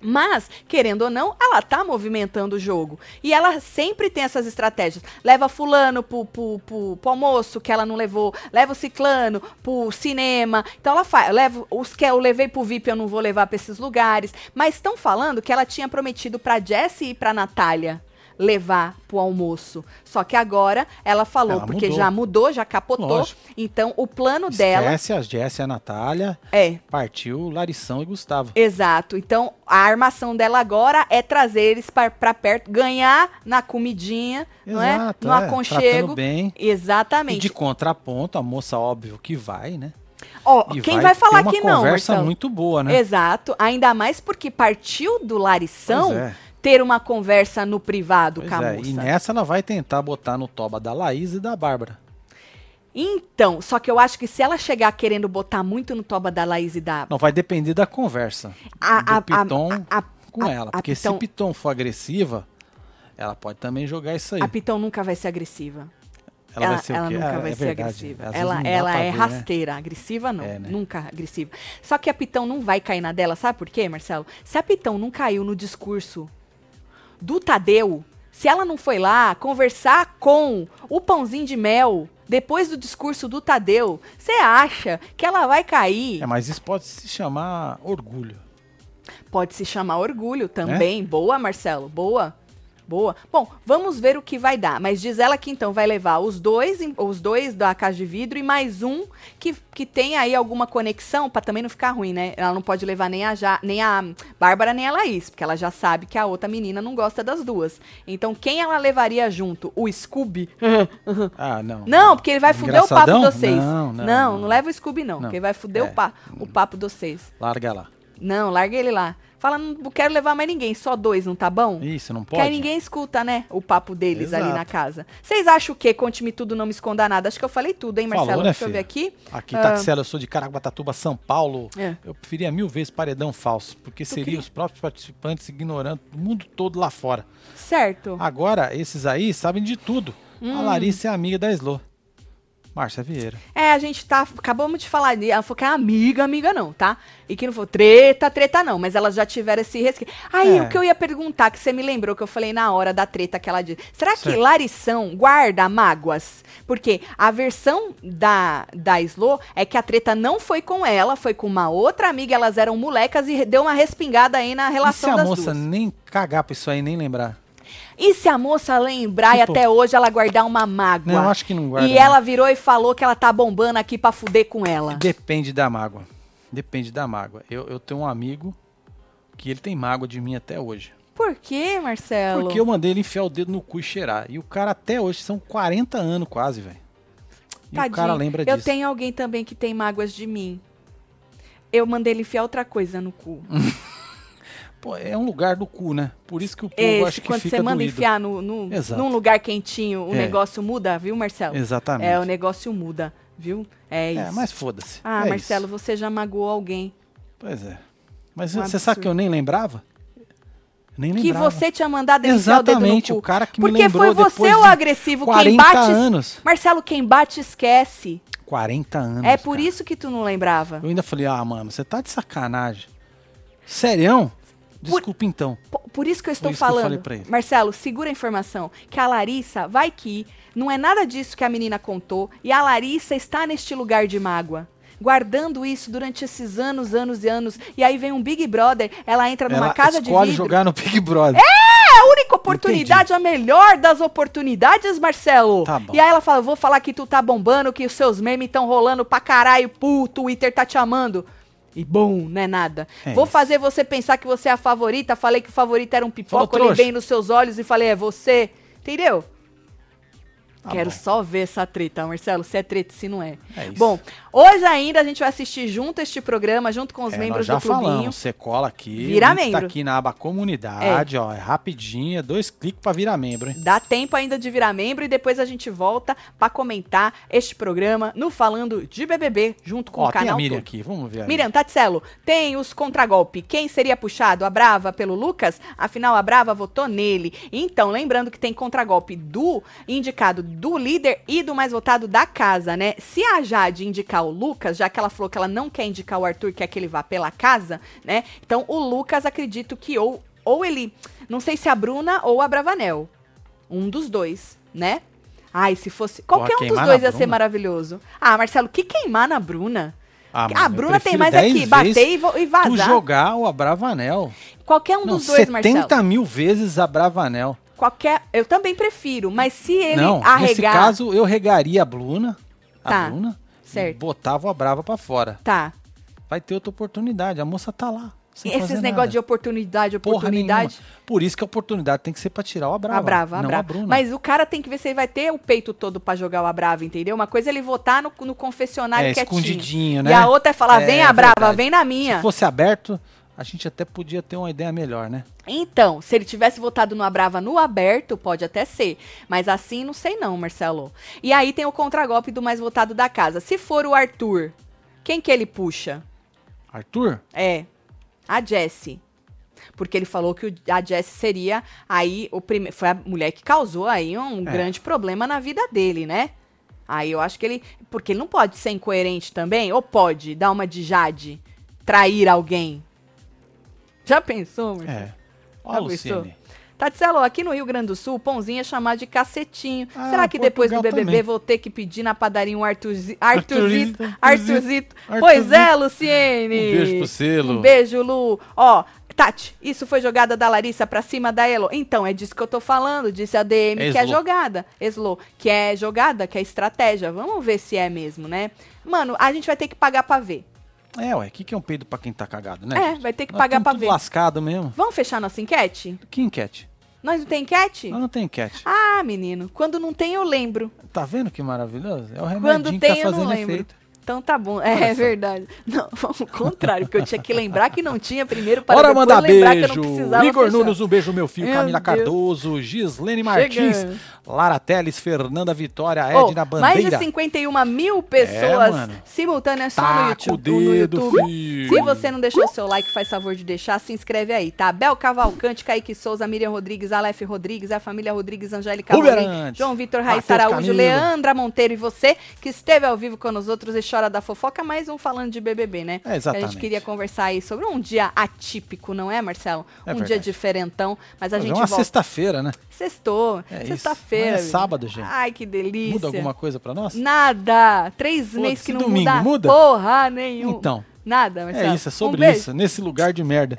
Speaker 1: Mas, querendo ou não, ela tá movimentando o jogo. E ela sempre tem essas estratégias. Leva fulano pro, pro, pro, pro almoço, que ela não levou. Leva o ciclano pro cinema. Então ela faz. Leva os que eu levei pro VIP, eu não vou levar pra esses lugares. Mas estão falando que ela tinha prometido pra Jessie e pra Natália levar pro almoço. Só que agora ela falou,
Speaker 2: Ela
Speaker 1: porque
Speaker 2: mudou.
Speaker 1: já mudou, já capotou.
Speaker 2: Lógico.
Speaker 1: Então o plano dela
Speaker 2: Esquece a Jéssica, a Natália,
Speaker 1: é
Speaker 2: partiu Larição e Gustavo.
Speaker 1: Exato. Então, a armação dela agora é trazer eles pra pra perto, ganhar na comidinha, não é?
Speaker 2: Exato,
Speaker 1: No
Speaker 2: é,
Speaker 1: aconchego.
Speaker 2: Tratando bem. E
Speaker 1: Exatamente.
Speaker 2: de contraponto, a moça, óbvio, que vai, né?
Speaker 1: Ó,
Speaker 2: E
Speaker 1: quem vai falar
Speaker 2: ter
Speaker 1: que
Speaker 2: uma
Speaker 1: não,
Speaker 2: conversa
Speaker 1: Marcelo?
Speaker 2: muito boa, né?
Speaker 1: Exato. Ainda mais porque partiu do Larição
Speaker 2: Pois é,
Speaker 1: ter uma conversa no privado
Speaker 2: pois
Speaker 1: com a
Speaker 2: é.
Speaker 1: moça.
Speaker 2: E nessa ela vai tentar botar no toba da Laís e da Bárbara.
Speaker 1: Então, só que eu acho que se ela chegar querendo botar muito no toba da Laís e da...
Speaker 2: Não, vai depender da conversa do Piton
Speaker 1: a,
Speaker 2: com
Speaker 1: a-
Speaker 2: ela.
Speaker 1: a
Speaker 2: Porque
Speaker 1: Piton-
Speaker 2: se Piton for agressiva, ela pode também jogar isso aí.
Speaker 1: a Piton nunca vai ser agressiva.
Speaker 2: Ela, vai ser o quê?
Speaker 1: nunca
Speaker 2: Ah,
Speaker 1: vai
Speaker 2: é
Speaker 1: ser
Speaker 2: verdade.
Speaker 1: agressiva.
Speaker 2: Às vezes
Speaker 1: Ela,
Speaker 2: não dá
Speaker 1: ela
Speaker 2: pra
Speaker 1: é
Speaker 2: ver, né?
Speaker 1: rasteira. Agressiva, não.
Speaker 2: É, né?
Speaker 1: Nunca agressiva. Só que a Pitão não vai cair na dela. Sabe por quê, Marcelo? Se a Pitão não caiu no discurso do Tadeu, se ela não foi lá conversar com o pãozinho de mel depois do discurso do Tadeu, você acha que ela vai cair?
Speaker 2: É, mas isso pode se chamar orgulho.
Speaker 1: Pode se chamar
Speaker 2: Né?
Speaker 1: orgulho também. Boa, Marcelo. Boa. Boa. Bom, vamos ver o que vai dar. Mas diz ela que então vai levar os dois, em- os dois da caixa de vidro e mais um que, que tem aí alguma conexão pra também não ficar ruim, né? Ela não pode levar nem a, ja, nem a Bárbara nem a Laís, porque ela já sabe que a outra menina não gosta das duas. Então quem ela levaria junto? O Scooby?
Speaker 2: Ah, não.
Speaker 1: Não, porque ele vai fuder o papo de
Speaker 2: Engraçadão?
Speaker 1: vocês.
Speaker 2: Não, não,
Speaker 1: não,
Speaker 2: não.
Speaker 1: leva o Scooby não, porque ele vai fuder o,
Speaker 2: É.
Speaker 1: pa, o papo de vocês.
Speaker 2: Larga lá.
Speaker 1: Não, larga ele lá. Fala, não não quero levar mais ninguém, só dois, não tá bom?
Speaker 2: Isso, não
Speaker 1: Porque
Speaker 2: pode?
Speaker 1: aí ninguém escuta, né? O papo deles ali
Speaker 2: Exato.
Speaker 1: na casa. Vocês acham o quê? Conte-me tudo, não me esconda nada. Acho que eu falei tudo, hein,
Speaker 2: Falou,
Speaker 1: Marcelo?
Speaker 2: né,
Speaker 1: Deixa eu ver
Speaker 2: filha?
Speaker 1: aqui.
Speaker 2: Aqui,
Speaker 1: Ah.
Speaker 2: Tatsela, eu sou de Caraguatatuba, São Paulo.
Speaker 1: É.
Speaker 2: Eu preferia mil vezes paredão falso, porque seriam
Speaker 1: queria-
Speaker 2: os próprios participantes ignorando o mundo todo lá fora.
Speaker 1: Certo.
Speaker 2: Agora, esses aí sabem de tudo.
Speaker 1: Hum.
Speaker 2: A Larissa é amiga da Slo. Márcia Vieira.
Speaker 1: É, a gente tá. Acabamos de falar. Ela falou que é amiga, amiga não, tá? E que não foi treta, treta não. Mas elas já tiveram esse resquício. Aí
Speaker 2: É.
Speaker 1: o que eu ia perguntar, que você me lembrou que eu falei na hora da treta que ela disse. Será que
Speaker 2: Certo.
Speaker 1: Larição guarda mágoas? Porque a versão da, da Slo é que a treta não foi com ela, foi com uma outra amiga. Elas eram molecas e deu uma respingada aí na
Speaker 2: E se
Speaker 1: relação
Speaker 2: a
Speaker 1: das
Speaker 2: moça
Speaker 1: duas.
Speaker 2: nem cagar pra isso aí, nem lembrar?
Speaker 1: E se a moça lembrar e
Speaker 2: Tipo-
Speaker 1: até hoje ela guardar uma mágoa?
Speaker 2: Não, eu acho que não guarda.
Speaker 1: e
Speaker 2: não.
Speaker 1: ela virou e falou que ela tá bombando aqui pra fuder com ela.
Speaker 2: Depende da mágoa. Depende da mágoa. Eu, eu tenho um amigo que ele tem mágoa de mim até hoje.
Speaker 1: Por que, Marcelo?
Speaker 2: Porque eu mandei ele enfiar o dedo no cu e cheirar. E o cara até hoje, são 40 anos quase, velho. E
Speaker 1: Tadinho.
Speaker 2: o cara lembra
Speaker 1: Eu
Speaker 2: disso.
Speaker 1: tenho alguém também que tem mágoas de mim. Eu mandei ele enfiar outra coisa no cu.
Speaker 2: Pô, é um lugar do cu, né? Por isso que o povo
Speaker 1: Esse,
Speaker 2: acha que
Speaker 1: quando
Speaker 2: fica
Speaker 1: você manda
Speaker 2: doído.
Speaker 1: enfiar no, no-
Speaker 2: Exato.
Speaker 1: num lugar quentinho, o
Speaker 2: É.
Speaker 1: negócio muda, viu, Marcelo?
Speaker 2: Exatamente.
Speaker 1: É, o negócio muda, viu? É isso.
Speaker 2: É, mas foda-se.
Speaker 1: Ah,
Speaker 2: É
Speaker 1: Marcelo,
Speaker 2: isso.
Speaker 1: você já magoou alguém.
Speaker 2: Pois é. Mas
Speaker 1: Um
Speaker 2: você sabe
Speaker 1: absurdo.
Speaker 2: que eu nem lembrava? Nem
Speaker 1: Que
Speaker 2: lembrava.
Speaker 1: você tinha mandado ele enfiar o dedo no
Speaker 2: Exatamente,
Speaker 1: cu.
Speaker 2: o cara que me
Speaker 1: Porque
Speaker 2: lembrou
Speaker 1: foi você
Speaker 2: depois
Speaker 1: o
Speaker 2: de
Speaker 1: agressivo. Quem
Speaker 2: 40
Speaker 1: bate.
Speaker 2: anos.
Speaker 1: Marcelo, quem bate esquece.
Speaker 2: 40 anos.
Speaker 1: é por
Speaker 2: cara.
Speaker 1: isso que tu não lembrava.
Speaker 2: Eu ainda falei, ah, mano, você tá de sacanagem. Serião? Desculpa então.
Speaker 1: Po- Por isso que eu estou
Speaker 2: isso que eu
Speaker 1: falando.
Speaker 2: falei pra ele.
Speaker 1: Marcelo, segura a informação. Que a Larissa vai que não é nada disso que a menina contou. E a Larissa está neste lugar de mágoa. Guardando isso durante esses anos, anos e anos. E aí vem um Big Brother, ela entra Tá numa
Speaker 2: Ela
Speaker 1: casa de
Speaker 2: escolhe
Speaker 1: vidro. É?
Speaker 2: jogar no Big Brother.
Speaker 1: A única oportunidade, a melhor das oportunidades, Marcelo.
Speaker 2: Tá bom.
Speaker 1: E aí ela fala: vou falar que tu tá bombando, que os seus memes estão rolando pra caralho, puto, o Twitter tá te amando. E bom, não é nada.
Speaker 2: É
Speaker 1: vou
Speaker 2: isso.
Speaker 1: fazer você pensar que você é a favorita. Falei que o favorito era um
Speaker 2: Falou
Speaker 1: pipoca, olhei
Speaker 2: trouxa.
Speaker 1: bem nos seus olhos e falei, é você. Entendeu?
Speaker 2: Tá
Speaker 1: Quero
Speaker 2: bom.
Speaker 1: só ver essa treta, Marcelo, se é treta, se não é.
Speaker 2: É isso.
Speaker 1: Bom, hoje ainda a gente vai assistir junto este programa, junto com os
Speaker 2: É, nós
Speaker 1: membros
Speaker 2: já
Speaker 1: do clubinho.
Speaker 2: falamos, você cola aqui.
Speaker 1: Vira
Speaker 2: o link
Speaker 1: membro.
Speaker 2: Tá aqui na aba comunidade, ó. É rapidinho, é dois cliques pra virar membro, hein?
Speaker 1: Dá tempo ainda de virar membro e depois a gente volta pra comentar este programa no Falando de BBB junto com
Speaker 2: ó,
Speaker 1: o
Speaker 2: tem a
Speaker 1: canal.
Speaker 2: Miriam
Speaker 1: todo.
Speaker 2: aqui, vamos ver. a
Speaker 1: Miriam Tatselo, tem os contragolpe. Quem seria puxado? A Brava pelo Lucas? Afinal, a Brava votou nele. Então, lembrando que tem contragolpe do indicado do líder e do mais votado da casa, né? Se a Jade indicar o Lucas, já que ela falou que ela não quer indicar o Arthur, quer que ele vá pela casa, né? Então, o Lucas acredito que ou, ou ele. Não sei se a Bruna ou a Bravanel. Um dos dois, né? Ai, se fosse.
Speaker 2: Porra,
Speaker 1: Qualquer um dos
Speaker 2: queimar
Speaker 1: dois
Speaker 2: na
Speaker 1: ia ser
Speaker 2: Bruna?
Speaker 1: maravilhoso. Ah, Marcelo, que queimar na Bruna?
Speaker 2: Ah,
Speaker 1: Ah, a
Speaker 2: mano, eu
Speaker 1: Bruna tem
Speaker 2: prefiro
Speaker 1: mais
Speaker 2: 10
Speaker 1: aqui, bater
Speaker 2: vezes
Speaker 1: e, vo- e
Speaker 2: Tu
Speaker 1: vazar.
Speaker 2: jogar o Abravanel.
Speaker 1: Qualquer um
Speaker 2: Não,
Speaker 1: dos dois,
Speaker 2: 70
Speaker 1: Marcelo.
Speaker 2: mil vezes Abravanel.
Speaker 1: Qualquer, eu também prefiro, mas se ele
Speaker 2: Não, nesse
Speaker 1: arregar,
Speaker 2: caso eu regaria a Bruna. A
Speaker 1: Tá,
Speaker 2: Bruna. E
Speaker 1: certo.
Speaker 2: botava a Brava pra fora.
Speaker 1: tá.
Speaker 2: Vai ter outra oportunidade. A moça tá lá. sem fazer
Speaker 1: Esses
Speaker 2: nada.
Speaker 1: negócios de oportunidade,
Speaker 2: Porra
Speaker 1: oportunidade,
Speaker 2: nenhuma. Por isso que a oportunidade tem que ser pra tirar o Abrava.
Speaker 1: a brava, a
Speaker 2: não
Speaker 1: brava.
Speaker 2: a Bruna.
Speaker 1: Mas o cara tem que ver se ele vai ter o peito todo pra jogar o a brava, entendeu? Uma coisa é ele votar no, no confessionário
Speaker 2: é,
Speaker 1: quietinho.
Speaker 2: escondidinho, né?
Speaker 1: E a outra é falar,
Speaker 2: É,
Speaker 1: vem a brava,
Speaker 2: verdade.
Speaker 1: vem na minha.
Speaker 2: Se fosse aberto, a gente até podia ter uma ideia melhor, né?
Speaker 1: Então, se ele tivesse votado no Abrava no aberto, pode até ser. Mas assim, não sei não, Marcelo. E aí tem o contragolpe do mais votado da casa. Se for o Arthur, quem que ele puxa?
Speaker 2: Arthur?
Speaker 1: É, a Jessie. Porque ele falou que o- a Jessie seria aí o primeiro. Foi a mulher que causou aí um
Speaker 2: É.
Speaker 1: grande problema na vida dele, né? Aí eu acho que ele. Porque ele não pode ser incoerente também, ou pode dar uma de Jade, trair alguém. Já pensou, Marcelo?
Speaker 2: É. Ó,
Speaker 1: Já pensou?
Speaker 2: Lucine.
Speaker 1: Tatselo, aqui no Rio Grande do Sul, o pãozinho é chamado de cacetinho.
Speaker 2: Ah,
Speaker 1: Será que depois do
Speaker 2: Portugal
Speaker 1: BBB
Speaker 2: também.
Speaker 1: vou ter que pedir na padaria um Arthuzi- Arthurzito?
Speaker 2: Arthurzito,
Speaker 1: Arthurzito.
Speaker 2: Arthurzito,
Speaker 1: Pois é,
Speaker 2: Arthurzito.
Speaker 1: Luciene.
Speaker 2: Um beijo pro selo.
Speaker 1: Um beijo, Lu. Ó, Tati, isso foi jogada da Larissa pra cima da Elo. Então, é disso que eu tô falando, disse a DM, que é
Speaker 2: Eslo.
Speaker 1: jogada. Eslo, que é jogada, que é estratégia. Vamos ver se é mesmo, né? Mano, a gente vai ter que pagar pra ver.
Speaker 2: É, ué, o que, que é um peido pra quem tá cagado, né?
Speaker 1: É,
Speaker 2: gente?
Speaker 1: vai ter que
Speaker 2: Nós
Speaker 1: pagar
Speaker 2: tamo
Speaker 1: pra
Speaker 2: tudo
Speaker 1: ver.
Speaker 2: lascado mesmo.
Speaker 1: Vamos fechar nossa enquete?
Speaker 2: Que enquete?
Speaker 1: Nós não tem enquete?
Speaker 2: Nós não tem enquete.
Speaker 1: Ah, menino, quando não tem eu lembro.
Speaker 2: Tá vendo que maravilhoso? É o
Speaker 1: Quando
Speaker 2: remedinho
Speaker 1: tem
Speaker 2: que tá
Speaker 1: eu não
Speaker 2: fazendo
Speaker 1: lembro.
Speaker 2: efeito.
Speaker 1: Então tá bom, é,
Speaker 2: Olha só.
Speaker 1: verdade. [laughs] Não, ao contrário, porque eu tinha que lembrar que não tinha primeiro para
Speaker 2: Bora
Speaker 1: depois
Speaker 2: mandar
Speaker 1: lembrar que eu
Speaker 2: beijo.
Speaker 1: não precisava
Speaker 2: Igor
Speaker 1: fechar.
Speaker 2: Nunes, um beijo, meu filho.
Speaker 1: Meu
Speaker 2: Camila
Speaker 1: Deus.
Speaker 2: Cardoso, Gislene Martins,
Speaker 1: Chegando.
Speaker 2: Lara Teles, Fernanda Vitória,
Speaker 1: Oh,
Speaker 2: Edna
Speaker 1: mais de
Speaker 2: Bandeira. É,
Speaker 1: 51 mil pessoas
Speaker 2: mano.
Speaker 1: simultâneas só no
Speaker 2: Taca o
Speaker 1: YouTube. no
Speaker 2: dedo,
Speaker 1: YouTube.
Speaker 2: filho.
Speaker 1: Se você não deixou o seu like, faz favor de deixar, se inscreve aí, tá? Bel Cavalcante, Kaique Souza, Miriam Rodrigues, Aleph Rodrigues, a família Rodrigues, Angélica
Speaker 2: Ruben
Speaker 1: Amorim,
Speaker 2: Arantes,
Speaker 1: João Vitor Raiz
Speaker 2: Matheus
Speaker 1: Araújo,
Speaker 2: Camilo.
Speaker 1: Leandra Monteiro e você, que esteve ao vivo com nós outros e chora da fofoca, mais um falando de BBB, né?
Speaker 2: É, exatamente.
Speaker 1: A gente queria conversar aí sobre um dia atípico, não é, Marcelo?
Speaker 2: É
Speaker 1: um dia
Speaker 2: verdade.
Speaker 1: diferentão, mas a
Speaker 2: Mas é
Speaker 1: gente
Speaker 2: uma
Speaker 1: volta.
Speaker 2: sexta-feira, né?
Speaker 1: Sextou,
Speaker 2: É isso.
Speaker 1: sexta-feira.
Speaker 2: Mas é sábado, gente.
Speaker 1: Ai, que delícia.
Speaker 2: Muda alguma coisa pra nós?
Speaker 1: Nada. Três
Speaker 2: Putz,
Speaker 1: meses que
Speaker 2: e
Speaker 1: não
Speaker 2: domingo,
Speaker 1: muda,
Speaker 2: muda?
Speaker 1: porra nenhuma.
Speaker 2: Então,
Speaker 1: Nada, Marcelo.
Speaker 2: é isso, é sobre
Speaker 1: um beijo. É.
Speaker 2: isso, nesse lugar de merda.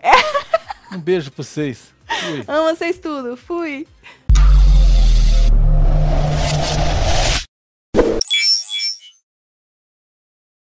Speaker 2: Um beijo pra vocês. Fui.
Speaker 1: Amo vocês tudo. Fui.